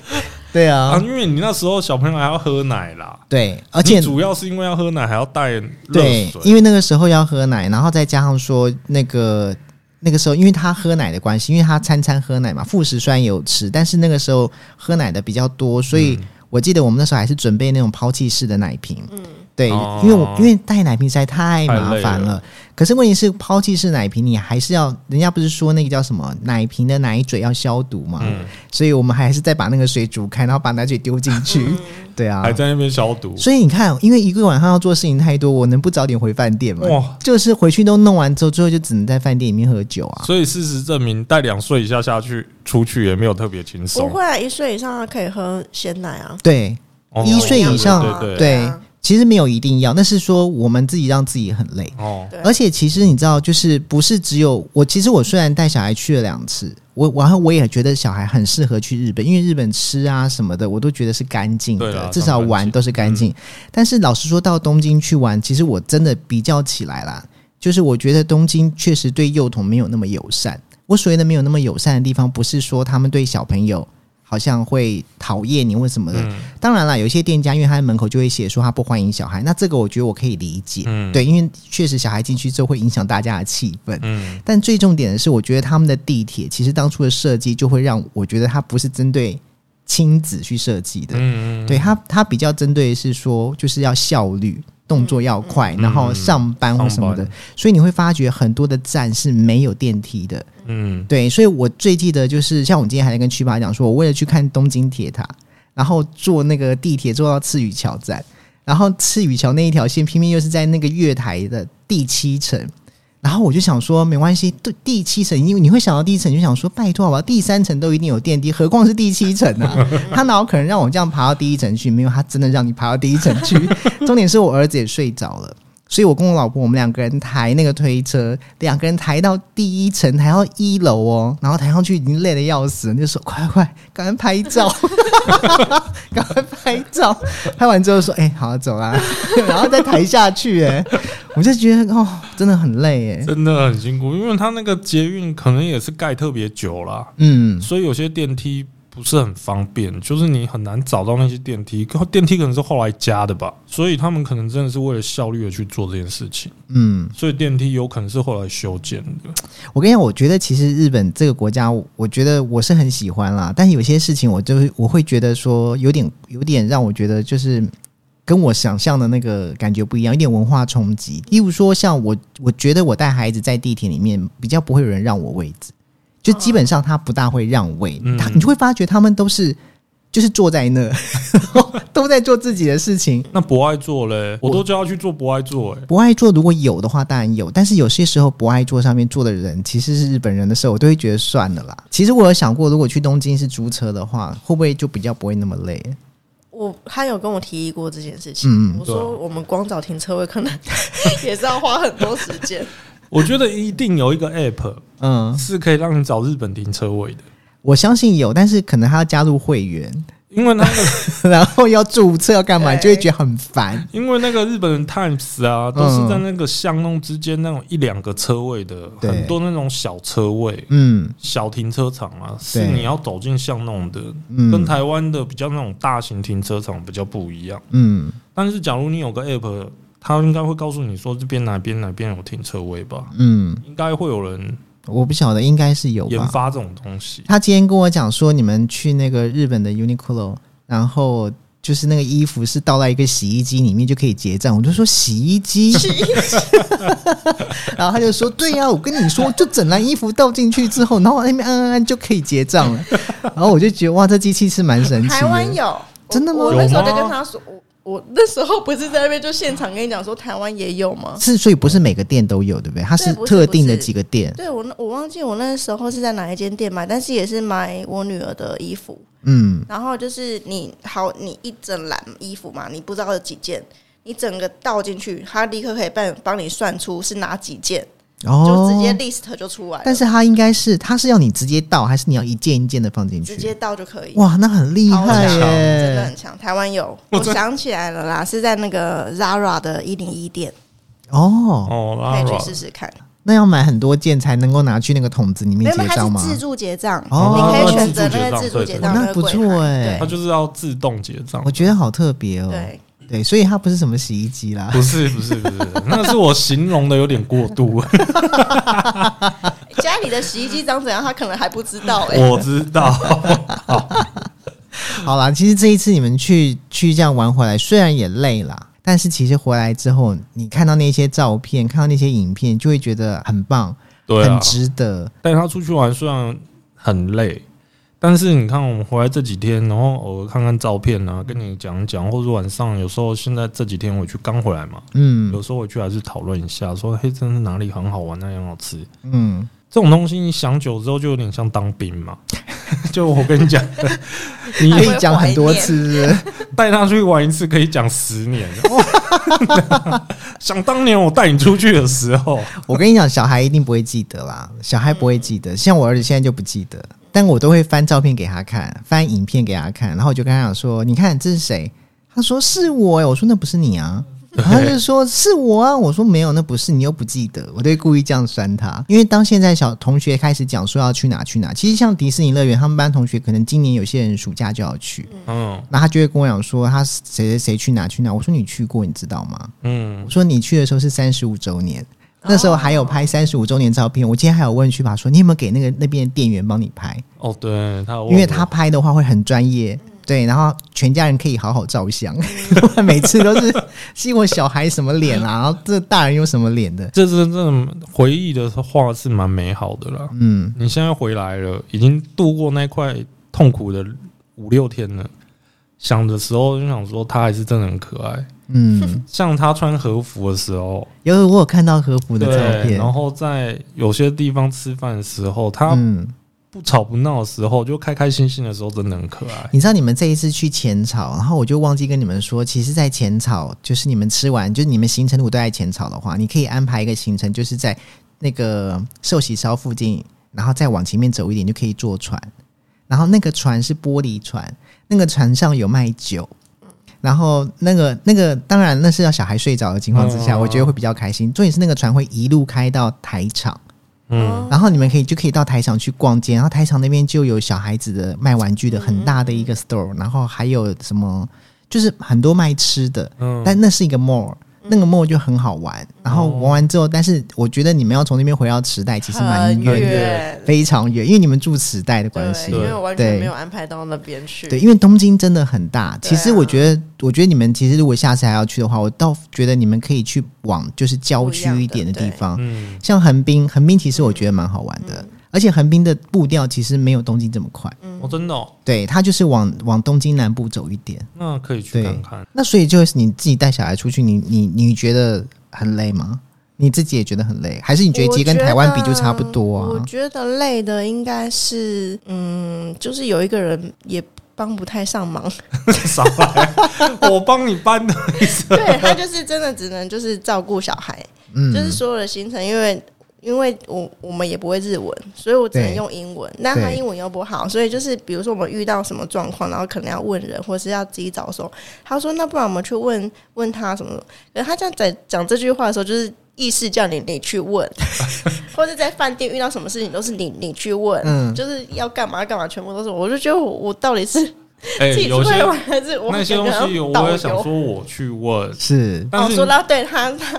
Speaker 1: 对
Speaker 2: 啊，
Speaker 1: 啊，
Speaker 2: 因为你那时候小朋友还要喝奶啦，
Speaker 1: 对，而且
Speaker 2: 你主要是因为要喝奶，还要带热
Speaker 1: 对，
Speaker 2: 水。
Speaker 1: 因为那个时候要喝奶，然后再加上说那个那个时候，因为他喝奶的关系，因为他餐餐喝奶嘛，副食虽然有吃，但是那个时候喝奶的比较多，所以我记得我们那时候还是准备那种抛弃式的奶瓶。嗯，对，
Speaker 2: 嗯哦
Speaker 1: 因为我因为带奶瓶实在太麻
Speaker 2: 太
Speaker 1: 烦
Speaker 2: 累
Speaker 1: 了。
Speaker 2: 了
Speaker 1: 可是问题是，抛弃式奶瓶你还是要，人家不是说那个叫什么奶瓶的奶嘴要消毒嘛？
Speaker 2: 嗯
Speaker 1: 所以我们还是再把那个水煮开，然后把奶嘴丢进去。
Speaker 2: 嗯
Speaker 1: 对啊，
Speaker 2: 还在那边消毒，
Speaker 1: 所以你看，因为一个晚上要做事情太多，我能不早点回饭店吗？
Speaker 2: 哇
Speaker 1: 就是回去都弄完之后，最后就只能在饭店里面喝酒啊。
Speaker 2: 所以事实证明，带两岁以下下去出去也没有特别轻
Speaker 3: 不
Speaker 2: 松。
Speaker 3: 会啊，一岁以上他可以喝鲜奶啊，
Speaker 1: 对，
Speaker 2: 哦
Speaker 1: 一岁以上
Speaker 2: 对对对，
Speaker 1: 对
Speaker 3: 啊，
Speaker 1: 其实没有一定要，那是说我们自己让自己很累。
Speaker 2: 哦，
Speaker 3: 对
Speaker 1: 而且其实你知道，就是不是只有我？其实我虽然带小孩去了两次，我然后我也觉得小孩很适合去日本，因为日本吃啊什么的，我都觉得是干净
Speaker 2: 对啊啦
Speaker 1: 的，至少玩都是干
Speaker 2: 嗯
Speaker 1: 净。但是老实说，到东京去玩，其实我真的比较起来啦，就是我觉得东京确实对幼童没有那么友善。我所谓的没有那么友善的地方，不是说他们对小朋友好像会讨厌你或什么的，
Speaker 2: 嗯
Speaker 1: 当然啦，有一些店家因为他在门口就会写说他不欢迎小孩，那这个我觉得我可以理解，
Speaker 2: 嗯
Speaker 1: 对，因为确实小孩进去之后会影响大家的气氛。
Speaker 2: 嗯，
Speaker 1: 但最重点的是，我觉得他们的地铁其实当初的设计就会让我觉得它不是针对亲子去设计的，
Speaker 2: 嗯，
Speaker 1: 对它它比较针对的是说就是要效率，动作要快，
Speaker 2: 嗯
Speaker 1: 然后上班或什么
Speaker 2: 上
Speaker 1: 的
Speaker 2: 班，
Speaker 1: 所以你会发觉很多的站是没有电梯的，
Speaker 2: 嗯，
Speaker 1: 对，所以我最记得就是，像我今天还在跟曲爸讲说，我为了去看东京铁塔，然后坐那个地铁坐到赤羽桥站，然后赤羽桥那一条线偏偏又是在那个月台的第七层。然后我就想说，没关系，对第七层，因为你会想到第一层，你就想说，拜托好吧，第三层都一定有电梯，何况是第七层呢、啊？他哪有可能让我这样爬到第一层去？没有，他真的让你爬到第一层去。重点是我儿子也睡着了，所以我跟我老婆我们两个人抬那个推车，两个人抬到第一层，抬到一楼哦，然后抬上去已经累得要死了，就说快快，赶快拍照， 赶快拍照。拍完之后说，哎、好走啦， 然后再抬下去、哎，我就觉得哦，真的很累哎、
Speaker 2: 真的很辛苦，因为他那个捷运可能也是盖特别久啦，
Speaker 1: 嗯，
Speaker 2: 所以有些电梯不不是很方便，就是你很难找到那些电梯，可电梯可能是后来加的吧，所以他们可能真的是为了效率而去做这件事情，
Speaker 1: 嗯，
Speaker 2: 所以电梯有可能是后来修建的。
Speaker 1: 我跟你讲，我觉得其实日本这个国家，我我觉得我是很喜欢啦，但有些事情我就是我会觉得说有点有点让我觉得就是跟我想象的那个感觉不一样，有点文化冲击。例如说，像我我觉得我带孩子在地铁里面比较不会有人让我位置，就基本上他不大会让位，
Speaker 2: 嗯
Speaker 1: 他你就会发觉他们都是。就是坐在那， 都在做自己的事情，
Speaker 2: 那不爱做嘞，我都叫他去做不爱做、欸，
Speaker 1: 不爱做，如果有的话，当然有。但是有些时候不爱做上面坐的人，其实是日本人的时候，我都会觉得算了啦。其实我有想过，如果去东京是租车的话，会不会就比较不会那么累？
Speaker 3: 我他有跟我提议过这件事情，
Speaker 1: 嗯
Speaker 3: 我
Speaker 2: 对啊
Speaker 3: 说我们光找停车位可能也是要花很多时间。
Speaker 2: 我觉得一定有一个 app
Speaker 1: 嗯，
Speaker 2: 是可以让你找日本停车位的，
Speaker 1: 我相信有，但是可能他要加入会员，
Speaker 2: 因为那个
Speaker 1: 然后要注册要干嘛，
Speaker 3: 对
Speaker 1: 就会觉得很烦。
Speaker 2: 因为那个日本人 Times 啊，都是在那个巷弄之间那种一两个车位的，
Speaker 1: 对
Speaker 2: 很多那种小车位、
Speaker 1: 嗯
Speaker 2: 小停车场啊，是
Speaker 1: 对
Speaker 2: 你要走进巷弄的，跟
Speaker 1: 嗯
Speaker 2: 台湾的比较那种大型停车场比较不一样。
Speaker 1: 嗯
Speaker 2: 但是假如你有个 app，它应该会告诉你说这边哪边哪边有停车位吧？
Speaker 1: 嗯，
Speaker 2: 应该会有人
Speaker 1: 我不晓得，应该是有
Speaker 2: 研
Speaker 1: 吧。
Speaker 2: 发这种东西。
Speaker 1: 他今天跟我讲说，你们去那个日本的 Uniqlo，然后。就是那个衣服是倒在一个洗衣机里面就可以结账，我就说洗衣 机，然后他就说：“对啊呀、我跟你说，就整篮衣服倒进去之后，然后那边按按按就可以结账 了。”然后我就觉得哇，这机器是蛮神奇的。
Speaker 3: 台湾有
Speaker 1: 真的吗
Speaker 3: 我我那时候就
Speaker 2: 有吗
Speaker 3: 跟他说，我我那时候不是在那边就现场跟你讲说台湾也有吗？
Speaker 1: 是，所以不是每个店都有，对不对？它是
Speaker 3: 对不是
Speaker 1: 特定的几个店。
Speaker 3: 对我那我忘记我那时候是在哪一间店买，但是也是买我女儿的衣服。
Speaker 1: 嗯
Speaker 3: 然后就是你好，你一整篮衣服嘛，你不知道有几件，你整个倒进去，他立刻可以帮帮你算出是哪几件，就
Speaker 1: 哦
Speaker 3: 直，接 list 就出来了
Speaker 1: 但是它应该是，它是要你直接倒，还是你要一件一件的放进
Speaker 3: 直接
Speaker 1: 去？
Speaker 3: 倒就可以。
Speaker 1: 哇，那很厉
Speaker 3: 超
Speaker 1: 害
Speaker 3: 强真的
Speaker 1: 耶！
Speaker 3: 很强，台湾有，我想起来了啦，是在那个 Zara 的一零一店，
Speaker 1: 哦，
Speaker 2: 哦，
Speaker 3: 可以去
Speaker 2: Lara
Speaker 3: 试试看。
Speaker 1: 那要买很多件才能够拿去那个桶子里
Speaker 3: 没
Speaker 1: 面
Speaker 3: 有，
Speaker 1: 结
Speaker 3: 它
Speaker 1: 账
Speaker 3: 是
Speaker 1: 吗？
Speaker 3: 自助结账，
Speaker 1: 哦
Speaker 3: 你可以选择那个自助结
Speaker 2: 哦
Speaker 3: 账
Speaker 1: 那不
Speaker 3: 个柜
Speaker 1: 错
Speaker 3: 台
Speaker 1: 欸
Speaker 2: 它就是要自动结账
Speaker 1: 我。觉得好特别哦。
Speaker 3: 对
Speaker 1: 对，所以它不是什么洗衣机啦。
Speaker 2: 不是不是不是， 那是我形容的有点过度。
Speaker 3: 对，家里的洗衣机长怎样，他可能还不知道
Speaker 1: 啊
Speaker 3: 哎、
Speaker 2: 我知 道，
Speaker 1: 好啦，其实这一次你们去去这样玩回来，虽然也累啦，但是其实回来之后，你看到那些照片，看到那些影片，就会觉得很棒，
Speaker 2: 对啊
Speaker 1: 很，值得。
Speaker 2: 带他出去玩虽然很累，但是你看我们回来这几天，然后偶尔看看照片
Speaker 1: 嗯
Speaker 2: 啊，跟你讲一讲，或者晚上有时候现在这几天回去刚回来嘛，
Speaker 1: 嗯
Speaker 2: 有时候回去还是讨论一下，说嘿，真的哪里很好玩，啊那里很好吃。
Speaker 1: 嗯，
Speaker 2: 这种东西你想久之后就有点像当兵 嘛，就我跟你讲，你
Speaker 1: 可以讲很多次是不是
Speaker 2: 带他出去玩一次可以讲十年。 哇想当年我带你出去的时候，
Speaker 1: 我跟你讲，小孩一定不会记得啦，小孩不会记得，像我儿子现在就不记得，但我都会翻照片给他看，翻影片给他看，然后我就跟他讲说：“你看这是谁？”他说：“是我、欸。”我说：“那不是你啊。”然后他就说：“是我啊。”我说：“没有，那不是你又不记得。”我都会故意这样酸他，因为当现在小同学开始讲说要去哪去哪，其实像迪士尼乐园，他们班同学可能今年有些人暑假就要去，
Speaker 2: 嗯
Speaker 1: 那他就会跟我讲说他谁谁谁去哪去哪。我说：“你去过，你知道吗？”
Speaker 2: 嗯
Speaker 1: 我，说你去的时候是三十五周年，那时候还有拍三十五周年照片。我今天还有问去吧，说你有没有给那个那边的店员帮你拍？
Speaker 2: 哦，对他有问我，
Speaker 1: 因为他拍的话会很专业，对，然后全家人可以好好照相。 我每次都是是我小孩什么脸啊，然后这大人有什么脸的？
Speaker 2: 这真正回忆的话是蛮美好的啦。
Speaker 1: 嗯，
Speaker 2: 你现在回来了，已经度过那块痛苦的五六天了。想的时候就想说，他还是真的很可爱。
Speaker 1: 嗯，
Speaker 2: 像他穿和服的时候，
Speaker 1: 有我有看到和服的照
Speaker 2: 对，
Speaker 1: 片，
Speaker 2: 然后在有些地方吃饭的时候，他
Speaker 1: 嗯，
Speaker 2: 不吵不闹的时候，就开开心心的时候，真的很可爱。
Speaker 1: 你知道你们这一次去浅草，然后我就忘记跟你们说，其实，在浅草就是你们吃完，就是你们行程如果都在浅草的话，你可以安排一个行程，就是在那个寿喜烧附近，然后再往前面走一点就可以坐船，然后那个船是玻璃船，那个船上有卖酒。然后那个那个，当然那是要小孩睡着的情况之下，
Speaker 2: 嗯
Speaker 1: 我觉得会比较开心。重点是那个船会一路开到台场，
Speaker 2: 嗯，
Speaker 1: 然后你们可以就可以到台场去逛街，然后台场那边就有小孩子的卖玩具的很大的一
Speaker 2: 嗯
Speaker 1: 个 store，、然后还有什么就是很多卖吃的，
Speaker 2: 嗯哦
Speaker 1: 但那是一个 mall。那个 mall 就很好玩，然后玩完之后，但是我觉得你们要从那边回到池袋其实蛮
Speaker 3: 很
Speaker 1: 远的，
Speaker 3: 远，
Speaker 1: 非常远，因为你们住池袋的关
Speaker 3: 对，
Speaker 1: 系
Speaker 3: 因。为我完全
Speaker 1: 对
Speaker 3: 没有安排到那边去。
Speaker 1: 对，因为东京真的很大。其实
Speaker 3: 嗯对啊
Speaker 1: 我觉得，我觉得你们其实如果下次还要去的话，我倒觉得你们可以去往就是郊
Speaker 3: 不一
Speaker 1: 区
Speaker 3: 样的
Speaker 1: 一点的地
Speaker 3: 对嗯
Speaker 1: 方，
Speaker 2: 嗯，
Speaker 1: 像横滨，横滨其实我觉得蛮好玩的，而且横滨的步调其实没有东京这么快，
Speaker 2: 哦，真的哦，
Speaker 1: 对，它就是往往东京南部走一点。
Speaker 2: 那可以去
Speaker 1: 对
Speaker 2: 看 看。
Speaker 1: 那所以就是你自己带小孩出去，你你你觉得很累吗？你自己也觉得很累，还是你觉得其实跟台湾比就差不多
Speaker 3: 我
Speaker 1: 啊？
Speaker 3: 觉得累的应该是，嗯，就是有一个人也帮不太 上忙，
Speaker 2: 少来，我帮你搬 的。
Speaker 3: 对他就是真的只能就是照顾小孩，
Speaker 1: 嗯
Speaker 3: 就是所有的行程，因为因为我我们也不会日文，所以我只能
Speaker 1: 对
Speaker 3: 用英文。那他
Speaker 1: 对
Speaker 3: 英文又不好，所以就是比如说我们遇到什么状况，然后可能要问人，或是要自己找的时候，他说那不然我们去问问他什么什么。可是他这样在讲这句话的时候，就是。意识叫你你去问， 或者在饭店遇到什么事情都是你你去问，
Speaker 1: 嗯
Speaker 3: 就是要干嘛干嘛，全部都是我。我就觉得我我到底是
Speaker 2: 哎
Speaker 3: 自己去
Speaker 2: 有些
Speaker 3: 会玩，还是我
Speaker 2: 那些
Speaker 3: 感
Speaker 2: 东
Speaker 3: 觉好像
Speaker 2: 西，
Speaker 3: 导
Speaker 2: 我也想
Speaker 3: 游
Speaker 2: 说我去问，
Speaker 1: 是？
Speaker 2: 但
Speaker 3: 哦，
Speaker 2: 是
Speaker 3: 说到对他，他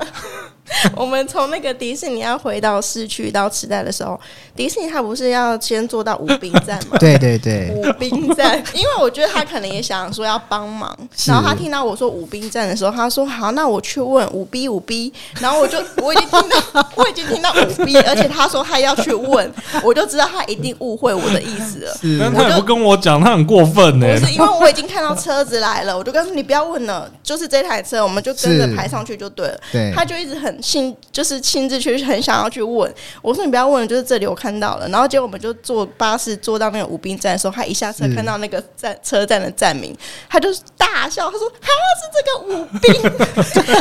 Speaker 3: 我们从那个迪士尼要回到市区到池袋的时候，迪士尼它不是要先坐到武滨站吗
Speaker 1: 对对 对，
Speaker 3: 武滨站，因为我觉得他可能也想说要帮忙，
Speaker 1: 是
Speaker 3: 然后他听到我说武滨站的时候，他说好，那我去问武 B 武 B，然后我就我已经听到 我已经听到武 B，而且他说他要去问，我就知道他一定误会我的意思了。
Speaker 1: 是
Speaker 2: 但他也不跟我讲，他很过分呢
Speaker 3: 不。是，因为我已经看到车子来了，我就告诉你不要问了，就是这台车，我们就跟着
Speaker 1: 是
Speaker 3: 排上去就对了。
Speaker 1: 对
Speaker 3: 他就一直很兴，就是亲自去很想要去问。我说你不要问了，就是这里我看到了。然后结果我们就坐巴士坐到那个武滨站的时候，他一下车
Speaker 1: 是
Speaker 3: 看到那个站车站的站名，他就大笑，他说：“哈，是这个武滨，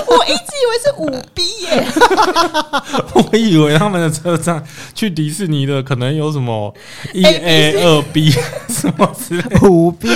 Speaker 3: 我一直以为是武滨耶。
Speaker 2: 我以为他们的车站去迪士尼的可能有什么一
Speaker 3: A
Speaker 2: A
Speaker 3: B
Speaker 2: 二 B 什么之类的
Speaker 1: 虎逼。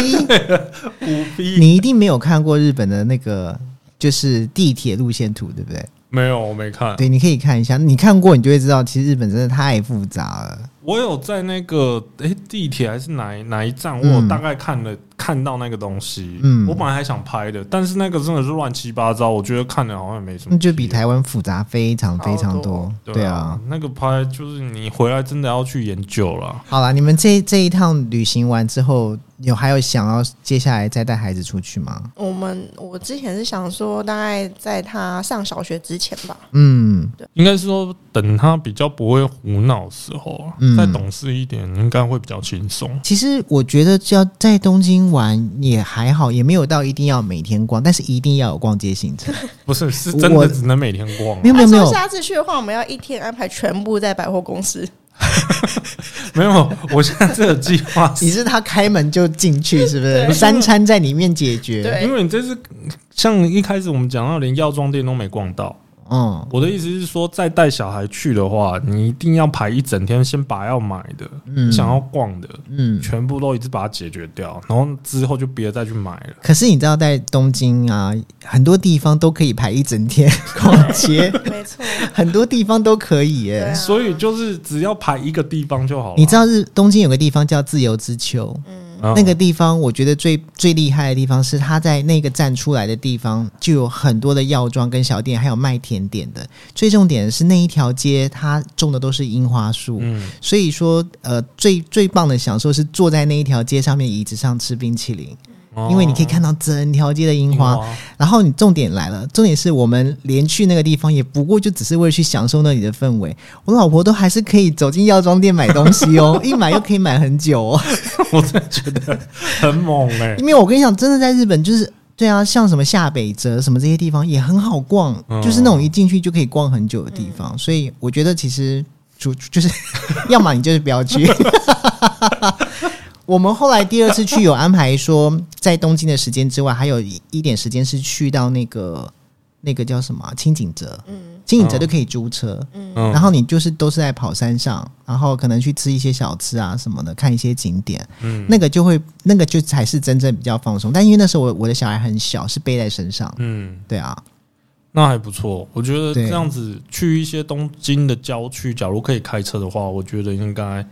Speaker 2: 五 B，
Speaker 1: 你一定没有看过日本的那个就是地铁路线图，对不对？
Speaker 2: 没有，我没看。
Speaker 1: 对，你可以看一下，你看过你就会知道，其实日本真的太复杂了。
Speaker 2: 我有在那个诶、地铁还是哪一哪一站，我
Speaker 1: 嗯
Speaker 2: 有大概看了、看到那个东西。
Speaker 1: 嗯
Speaker 2: 我本来还想拍的，但是那个真的是乱七八糟，我觉得看了好像也没什么。
Speaker 1: 那就比台湾复杂非常非常多。
Speaker 2: 对
Speaker 1: 对
Speaker 2: 啊
Speaker 1: 啊，，
Speaker 2: 那个拍就是你回来真的要去研究了。
Speaker 1: 好啦，你们这这一趟旅行完之后，有还有想要接下来再带孩子出去吗？
Speaker 3: 我们我之前是想说，大概在他上小学之前吧，
Speaker 1: 嗯，
Speaker 2: 应该是说等他比较不会胡闹的时候啊，
Speaker 1: 嗯
Speaker 2: 再懂事一点，应该会比较轻松。
Speaker 1: 其实我觉得只要在东京玩也还好，也没有到一定要每天逛，但是一定要有逛街行 程。
Speaker 2: 不是，是真的
Speaker 1: 我
Speaker 2: 只能每天逛啊、
Speaker 1: 没有没有没
Speaker 3: 他说
Speaker 1: 有，
Speaker 3: 下次去的话，我们要一天安排全部在百货公司。
Speaker 2: 没有。我现在这个计划是
Speaker 1: 你是他开门就进去，是不是？
Speaker 3: 对
Speaker 1: 三餐在里面解决。
Speaker 3: 对
Speaker 2: 因为你这次像一开始我们讲到，连药妆店都没逛到。
Speaker 1: 嗯
Speaker 2: 我的意思是说，再带小孩去的话，你一定要排一整天，先把要买的、
Speaker 1: 嗯
Speaker 2: 想要逛的，
Speaker 1: 嗯，
Speaker 2: 全部都一次把它解决掉，然后之后就别再去买了。
Speaker 1: 可是你知道，在东京啊，很多地方都可以排一整天 逛街，
Speaker 3: 没错，
Speaker 1: 很多地方都可以耶、
Speaker 3: 对啊
Speaker 2: 所以就是只要排一个地方就好了。
Speaker 1: 你知道日东京有个地方叫自由之丘，
Speaker 2: 嗯
Speaker 1: 那个地方我觉得最最厉害的地方是，它在那个站出来的地方就有很多的药妆跟小店，还有卖甜点的。最重点是那一条街，它种的都是樱花树，
Speaker 2: 嗯，
Speaker 1: 所以说呃，最最棒的享受是坐在那一条街上面椅子上吃冰淇淋，嗯因为你可
Speaker 2: 哦
Speaker 1: 以看到整条街的樱花。然后你重点来了，重点是我们连去那个地方也不过就只是为了去享受那里的氛围。我老婆都还是可以走进药妆店买东西哦， 一买又可以买很久哦。
Speaker 2: 我真的觉得很猛哎、
Speaker 1: 因为我跟你讲，真的在日本就是。对啊，像什么下北泽什么这些地方也很好逛，
Speaker 2: 嗯
Speaker 1: 就是那种一进去就可以逛很久的地方。所以我觉得其实就就是， 要么你就是不要 去。我们后来第二次去有安排说，在东京的时间之外，还有一一点时间是去到那个那个叫什么啊清景泽，清景泽就可以租车，
Speaker 2: 嗯
Speaker 1: 然后你就是都是在跑山上，然后可能去吃一些小吃啊什么的，看一些景点，
Speaker 2: 嗯
Speaker 1: 那个就会那个就才是真正比较放松。但因为那时候我我的小孩很小，是背在身上，
Speaker 2: 嗯，
Speaker 1: 对啊，
Speaker 2: 那还不错，我觉得
Speaker 1: 对
Speaker 2: 这样子去一些东京的郊区，假如可以开车的话，我觉得应该，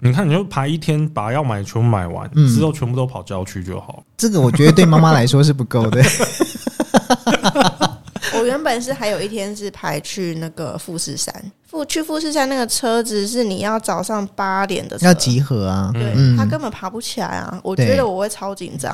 Speaker 2: 你看你就排一天，把要买的全部买完，
Speaker 1: 嗯
Speaker 2: 之后全部都跑郊区就好。
Speaker 1: 这个我觉得对妈妈来说是不够 的。
Speaker 3: 我原本是还有一天是排去那个富士山，富去富士山那个车子是你要早上八点的车，
Speaker 1: 要集合啊。
Speaker 3: 对、
Speaker 1: 嗯
Speaker 3: 他根本爬不起来啊！我
Speaker 1: 对
Speaker 3: 觉得我会超紧 张，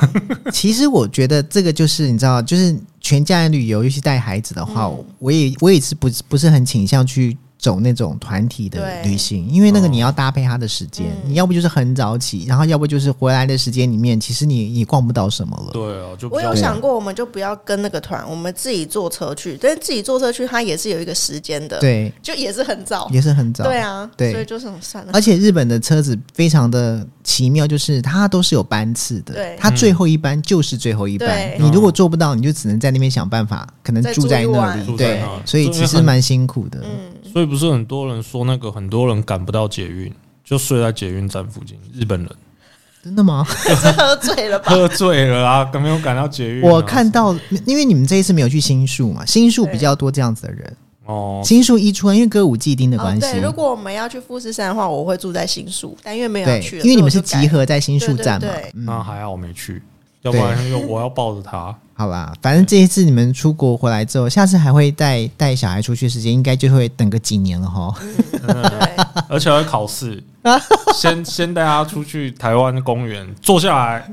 Speaker 1: 其实我觉得这个就是你知道，就是全家人旅游，尤其带孩子的话，
Speaker 3: 嗯
Speaker 1: 我也我也是不不是很倾向去走那种团体的
Speaker 3: 对哦
Speaker 1: 旅行，因为那个你要搭配他的时间，
Speaker 3: 嗯
Speaker 1: 你要不就是很早起，然后要不就是回来的时间里面，其实你也逛不到什么了。
Speaker 2: 对啊，就比
Speaker 3: 我
Speaker 2: 较
Speaker 3: 有想过，我们就不要跟那个团，我们自己坐车去。但是自己坐车去，它也是有一个时间的，，
Speaker 1: 对，
Speaker 3: 就也是很早，
Speaker 1: 也是很早。
Speaker 3: 对啊，
Speaker 1: 对
Speaker 3: 所以就是很算了
Speaker 1: 而。且日本的车子非常的奇妙，就是它都是有班次的
Speaker 3: 对，
Speaker 1: 它最后一班就是最后一班
Speaker 3: 对。
Speaker 1: 你如果做不到，你就只能在那边想办法，可能
Speaker 3: 再
Speaker 1: 住
Speaker 3: 住
Speaker 1: 在
Speaker 3: 一
Speaker 1: 那
Speaker 3: 晚
Speaker 1: 里。
Speaker 2: 住在
Speaker 1: 对
Speaker 2: 那里，
Speaker 1: 所以其
Speaker 2: 因为
Speaker 1: 实
Speaker 2: 啊很
Speaker 1: 蛮辛苦的。
Speaker 3: 嗯，
Speaker 2: 所以不是很多人说那个很多人赶不到捷运，就睡在捷运站附近。日本人
Speaker 1: 真的吗？
Speaker 3: 是喝 醉了吧？
Speaker 2: 喝醉了啊，没有赶到捷运啊、
Speaker 1: 我看到，因为你们这一次没有去新宿嘛，新宿比较多这样子的人。
Speaker 2: 哦，
Speaker 1: 新宿一出，因为歌舞伎町的关系
Speaker 3: 哦，对，，如果我们要去富士山的话，我会住在新宿，但因为没有要
Speaker 1: 对
Speaker 3: 去，了，
Speaker 1: 因为你们是
Speaker 3: 所以我就改
Speaker 1: 集合在新宿站嘛
Speaker 3: 对对对。
Speaker 2: 那
Speaker 1: 嗯，
Speaker 2: 啊还好没去，要不然又我要抱着他。
Speaker 1: 好吧，反正这一次你们出国回来之后，下次还会带带小孩出去的时间，应该就会等个几年了哈。
Speaker 3: 对，
Speaker 2: 而且还会 考试，先先带他出去台湾公园坐下来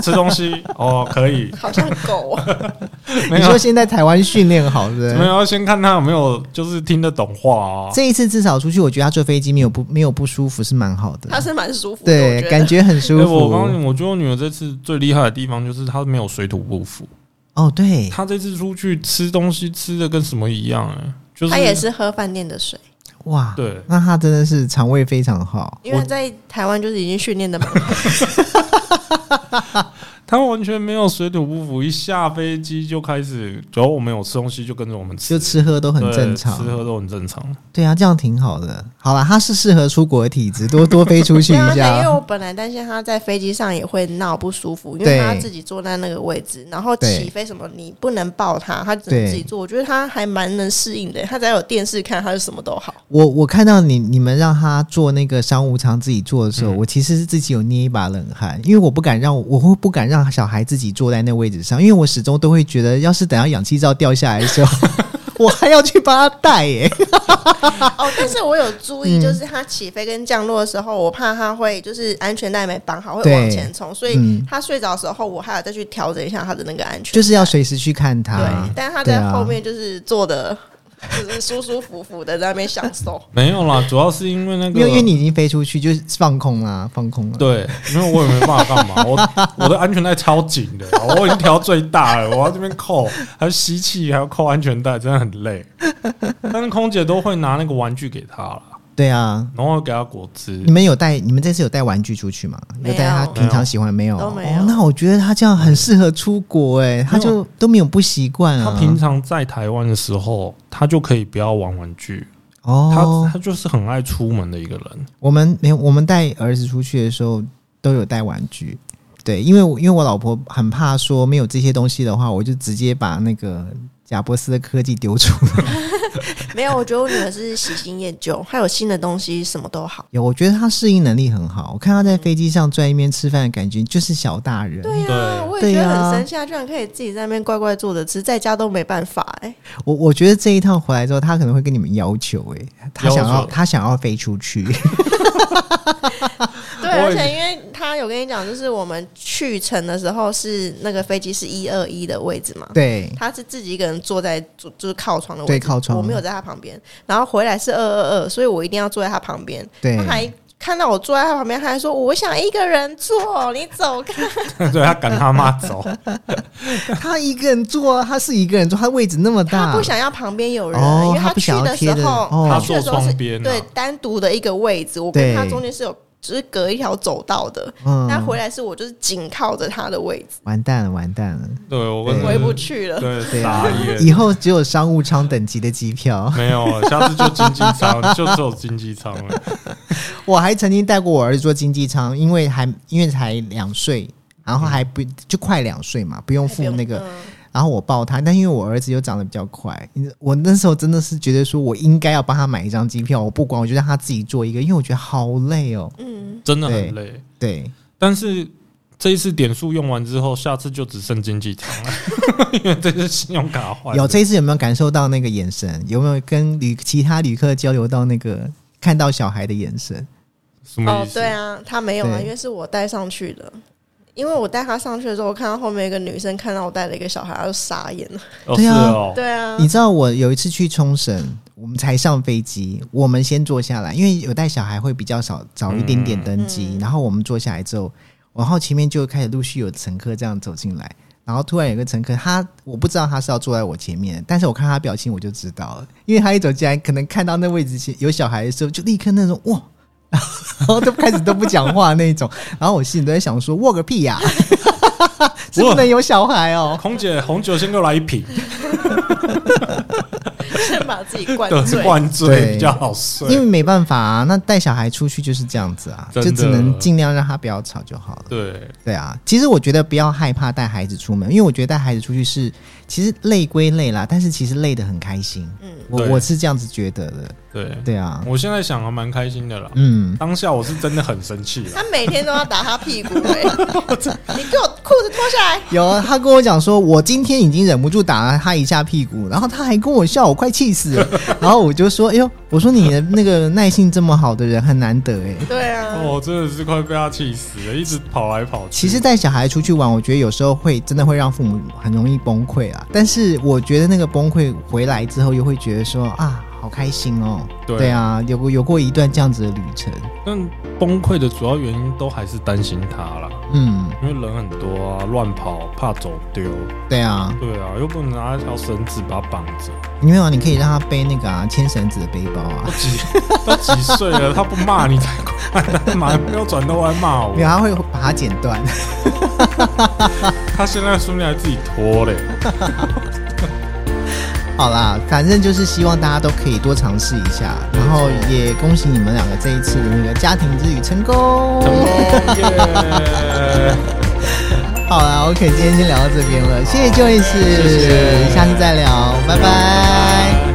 Speaker 2: 吃 东西，哦，可以，
Speaker 3: 好像狗啊，
Speaker 2: 没
Speaker 1: 你说
Speaker 2: 有
Speaker 1: 先在台湾训练好，对不对
Speaker 2: 没？有，先看他有没有就是听得懂话啊。
Speaker 1: 这一次至少出去，我觉得他坐飞机没有不没有不舒服，是蛮好
Speaker 3: 它
Speaker 1: 的。
Speaker 3: 是蛮舒服的，我
Speaker 1: 对
Speaker 3: 觉，得
Speaker 1: 感觉很舒
Speaker 2: 哎我告诉
Speaker 1: 服。
Speaker 2: 你，我觉得我女儿这次最厉害的地方就是她没有水土不服，
Speaker 1: 哦，对，
Speaker 2: 她这次出去吃东西吃的跟什么一样、哎，就是
Speaker 3: 他也是喝饭店的水，
Speaker 1: 哇，
Speaker 2: 对
Speaker 1: 那他真的是肠胃非常好。
Speaker 3: 因为在台湾就是已经训 练的蛮好，
Speaker 2: 她完全没有水土不服，一下飞机就开始，只要我们有吃东西就跟着我们吃，
Speaker 1: 就吃喝都很
Speaker 2: 对
Speaker 1: 正常，
Speaker 2: 吃喝都很正常。
Speaker 1: 对啊，这样挺好的。好啦，他是适合出国的体质，多多飞出去
Speaker 3: 对啊
Speaker 1: 一
Speaker 3: 对因为
Speaker 1: 下。
Speaker 3: 我本来担心他在飞机上也会闹不舒服，因
Speaker 1: 对
Speaker 3: 为他自己坐在那个位置，然后
Speaker 1: 对
Speaker 3: 起飞什么你不能抱他，他只能自己坐。我觉得他还蛮能适应的，他只要有电视看，他就什 么都好。
Speaker 1: 我我看到你你们让他坐那个商务舱自己坐的时候，
Speaker 2: 嗯
Speaker 1: 我其实是自己有捏一把冷汗，因为我不敢让我会不敢让小孩自己坐在那位置上，因为我始终都会觉得，要是等到氧气罩掉下来的时 候，我还要去帮他带耶、
Speaker 3: 哦，但是我有注意，
Speaker 1: 嗯
Speaker 3: 就是他起飞跟降落的时候，我怕他会就是安全带没绑好，会
Speaker 1: 对
Speaker 3: 往前冲，所以
Speaker 1: 嗯
Speaker 3: 他睡着的时候，我还要再去调整一下他的那个安全带，
Speaker 1: 就是要随时去看他。
Speaker 3: 对，但他
Speaker 1: 对
Speaker 3: 在
Speaker 1: 啊
Speaker 3: 后面就是坐的。就是舒舒服服的在那边享受，
Speaker 2: 没有啦，主要是因为那个，
Speaker 1: 因为因为你已经飞出去，就是放空啦，放空了。
Speaker 2: 对，因为我也没办法干嘛，我我的安全带超紧的， 我已经调最大了，我要这边扣，还要吸气，还要扣安全带，真的很累。但是空姐都会拿那个玩具给他了，
Speaker 1: 对啊，
Speaker 2: 然后给他果汁
Speaker 1: 你。们有带你们这次有带玩具出去吗？
Speaker 3: 没
Speaker 1: 有
Speaker 3: 有
Speaker 1: 带他平常喜欢没有？
Speaker 3: 都没有
Speaker 1: 哦那我觉得他这样很适合出国哎、他就都没有不习惯
Speaker 2: 他
Speaker 1: 啊。
Speaker 2: 平常在台湾的时候，他就可以不要玩玩具，他
Speaker 1: 哦，
Speaker 2: 他就是很爱出门的一个人。
Speaker 1: 我们没有，我们带儿子出去的时候都有带玩具。对，因为我因为我老婆很怕说没有这些东西的话，我就直接把那个贾伯斯的科技丢出来。
Speaker 3: 没有，我觉得我女儿是喜新厌旧，她有新的东西什么都好。
Speaker 1: 有，我觉得他适应能力很好。我看他在飞机上坐在一边吃饭的感觉，就是小大人。
Speaker 3: 对呀、
Speaker 2: 对
Speaker 3: 我也觉
Speaker 1: 对
Speaker 3: 得
Speaker 1: 啊
Speaker 3: 很生气啊，居然可以自己在那边乖乖坐着吃，在家都没办法哎、
Speaker 1: 我我觉得这一趟回来之后，他可能会跟你们要求、欸，他想
Speaker 2: 要
Speaker 1: 要
Speaker 2: 求
Speaker 1: 他想要飞出 去。
Speaker 3: 对，
Speaker 2: 我
Speaker 3: 而
Speaker 2: 也
Speaker 3: 且因为他有跟你讲，就是我们去程的时候是那个飞机是一二一的位置嘛，
Speaker 1: 对，
Speaker 3: 他是自己一个人坐在就就是靠窗的
Speaker 1: 对
Speaker 3: 位置，
Speaker 1: 靠窗
Speaker 3: 我没有在他旁边，然后回来是二二二，所以我一定要坐在他旁边。
Speaker 1: 对
Speaker 3: 他还看到我坐在他旁边，他还说我想一个人坐，你走开。
Speaker 2: 对他赶他妈 走，
Speaker 1: 他一个人坐啊，他是一个人坐，他位置那么大，
Speaker 3: 他不想要旁边有人，
Speaker 1: 哦
Speaker 3: 因为
Speaker 1: 他不
Speaker 3: 去
Speaker 1: 想要
Speaker 3: 的
Speaker 1: 贴
Speaker 3: 时
Speaker 1: 着
Speaker 3: 候，
Speaker 1: 哦
Speaker 2: 他
Speaker 3: 去的
Speaker 2: 坐
Speaker 3: 时候是
Speaker 2: 窗边啊
Speaker 3: 对单独的一个位置，我
Speaker 1: 对
Speaker 3: 跟他中间是有只、是隔一条走道的，
Speaker 1: 嗯
Speaker 3: 但回来是我就是紧靠着他的位置，
Speaker 1: 完蛋了，完蛋了，
Speaker 2: 对我
Speaker 1: 嗯
Speaker 2: 跟
Speaker 3: 回不，去了。
Speaker 2: 对
Speaker 1: 对啊
Speaker 2: 傻眼，，
Speaker 1: 以后只有商务舱等级的机票。
Speaker 2: 没有了，下次就经济舱，就只有经济舱 了。
Speaker 1: 我还曾经带过我儿子坐经济舱，因为还因为才两岁，然后还不就快两岁嘛，不用付那个，
Speaker 3: 嗯
Speaker 1: 然后我抱他，但因为我儿子又长得比较快，你我那时候真的是觉得说我应该要帮他买一张机票，我不管，我就让他自己做一个，因为我觉得好累哦。
Speaker 3: 嗯，
Speaker 2: 真的很累。
Speaker 1: 对，
Speaker 2: 但是这一次点数用完之后，下次就只剩经济舱了， 因为这是信用卡坏了。
Speaker 1: 有这一次有没有感受到那个眼神？有没有跟旅其他旅客交流到那个看到小孩的眼神？
Speaker 2: 什么
Speaker 3: 哦
Speaker 2: 意，思？
Speaker 3: 对啊，他没有啊，
Speaker 1: 对
Speaker 3: 因为是我带上去的。因为我带他上去的时候，我看到后面一个女生看到我带了一个小孩，她就傻眼了。
Speaker 2: 哦，
Speaker 1: 对
Speaker 2: 是
Speaker 1: 啊
Speaker 2: 哦，
Speaker 3: 对啊，
Speaker 1: 你知道我有一次去冲绳，我们才上飞机，我们先坐下来，因为有带小孩会比较少早一点点登机，然后我们坐下来之后，然后前面就开始陆续有乘客这样走进来，然后突然有一个乘客，他我不知道他是要坐在我前面，但是我看他表情我就知道了，因为他一走进来，可能看到那位置前有小孩的时候，就立刻那种哇。然后都开始都不讲话那种，然后我心里都在想说，握个屁呀、 是不能有小孩
Speaker 3: 啊
Speaker 1: 哦。
Speaker 2: 空姐红酒先给我来一 瓶，
Speaker 3: 先把自 己灌
Speaker 2: 对，
Speaker 3: 醉。
Speaker 2: 灌醉
Speaker 1: 对
Speaker 2: 比较好
Speaker 1: 因为
Speaker 2: 睡。
Speaker 1: 没办法啊，那带小孩出去就是这样子啊，
Speaker 2: 真
Speaker 1: 就
Speaker 2: 的
Speaker 1: 只能尽量让他不要吵就好了。
Speaker 2: 对，
Speaker 1: 对啊，其实我觉得不要害怕带孩子出门，因为我觉得带孩子出去是，其实累归累啦，但是其实累得很开心。嗯，我
Speaker 2: 对
Speaker 1: 我是这样子觉得的。
Speaker 2: 对，
Speaker 1: 对啊，
Speaker 2: 我现在想还蛮开心的啦。
Speaker 1: 嗯，
Speaker 2: 当下我是真的很生气啦，
Speaker 3: 他每天都要打 他屁股、欸，你给我裤子脱下来！
Speaker 1: 有啊他跟我讲说，我今天已经忍不住打了他一下屁股，然后他还跟我笑，我快气死了。然后我就说，哎呦，我说你的那个耐性这么好的人很难得哎、
Speaker 3: 对啊，
Speaker 2: 我哦真的是快被他气死了，一直跑来跑去。
Speaker 1: 其实带小孩出去玩，我觉得有时候会真的会让父母很容易崩溃啊。但是我觉得那个崩溃回来之后，又会觉得说啊，好开心哦。
Speaker 2: 对
Speaker 1: 啊，有过有过一段这样子的旅程，
Speaker 2: 但崩溃的主要原因都还是担心他啦，
Speaker 1: 嗯，
Speaker 2: 因为人很多啊，乱跑怕走丢，
Speaker 1: 对啊，
Speaker 2: 对啊，又不能拿一条绳子把他绑着，
Speaker 1: 没有啊，你可以让他背那个啊牵绳子的背包啊
Speaker 2: 都。几都几岁了，他不骂你才怪，他马没有转头来骂我
Speaker 1: 没，有，他会把它剪断。
Speaker 2: 他现在说不定还自己脱嘞。
Speaker 1: 好啦，反正就是希望大家都可以多尝试一下，然后也恭喜你们两个这一次的那个家庭之旅成功。
Speaker 2: 哦耶！
Speaker 1: 好啦 o k 今天先聊到这边了，谢谢 Joyce，
Speaker 2: 谢谢
Speaker 1: 下次再聊，拜拜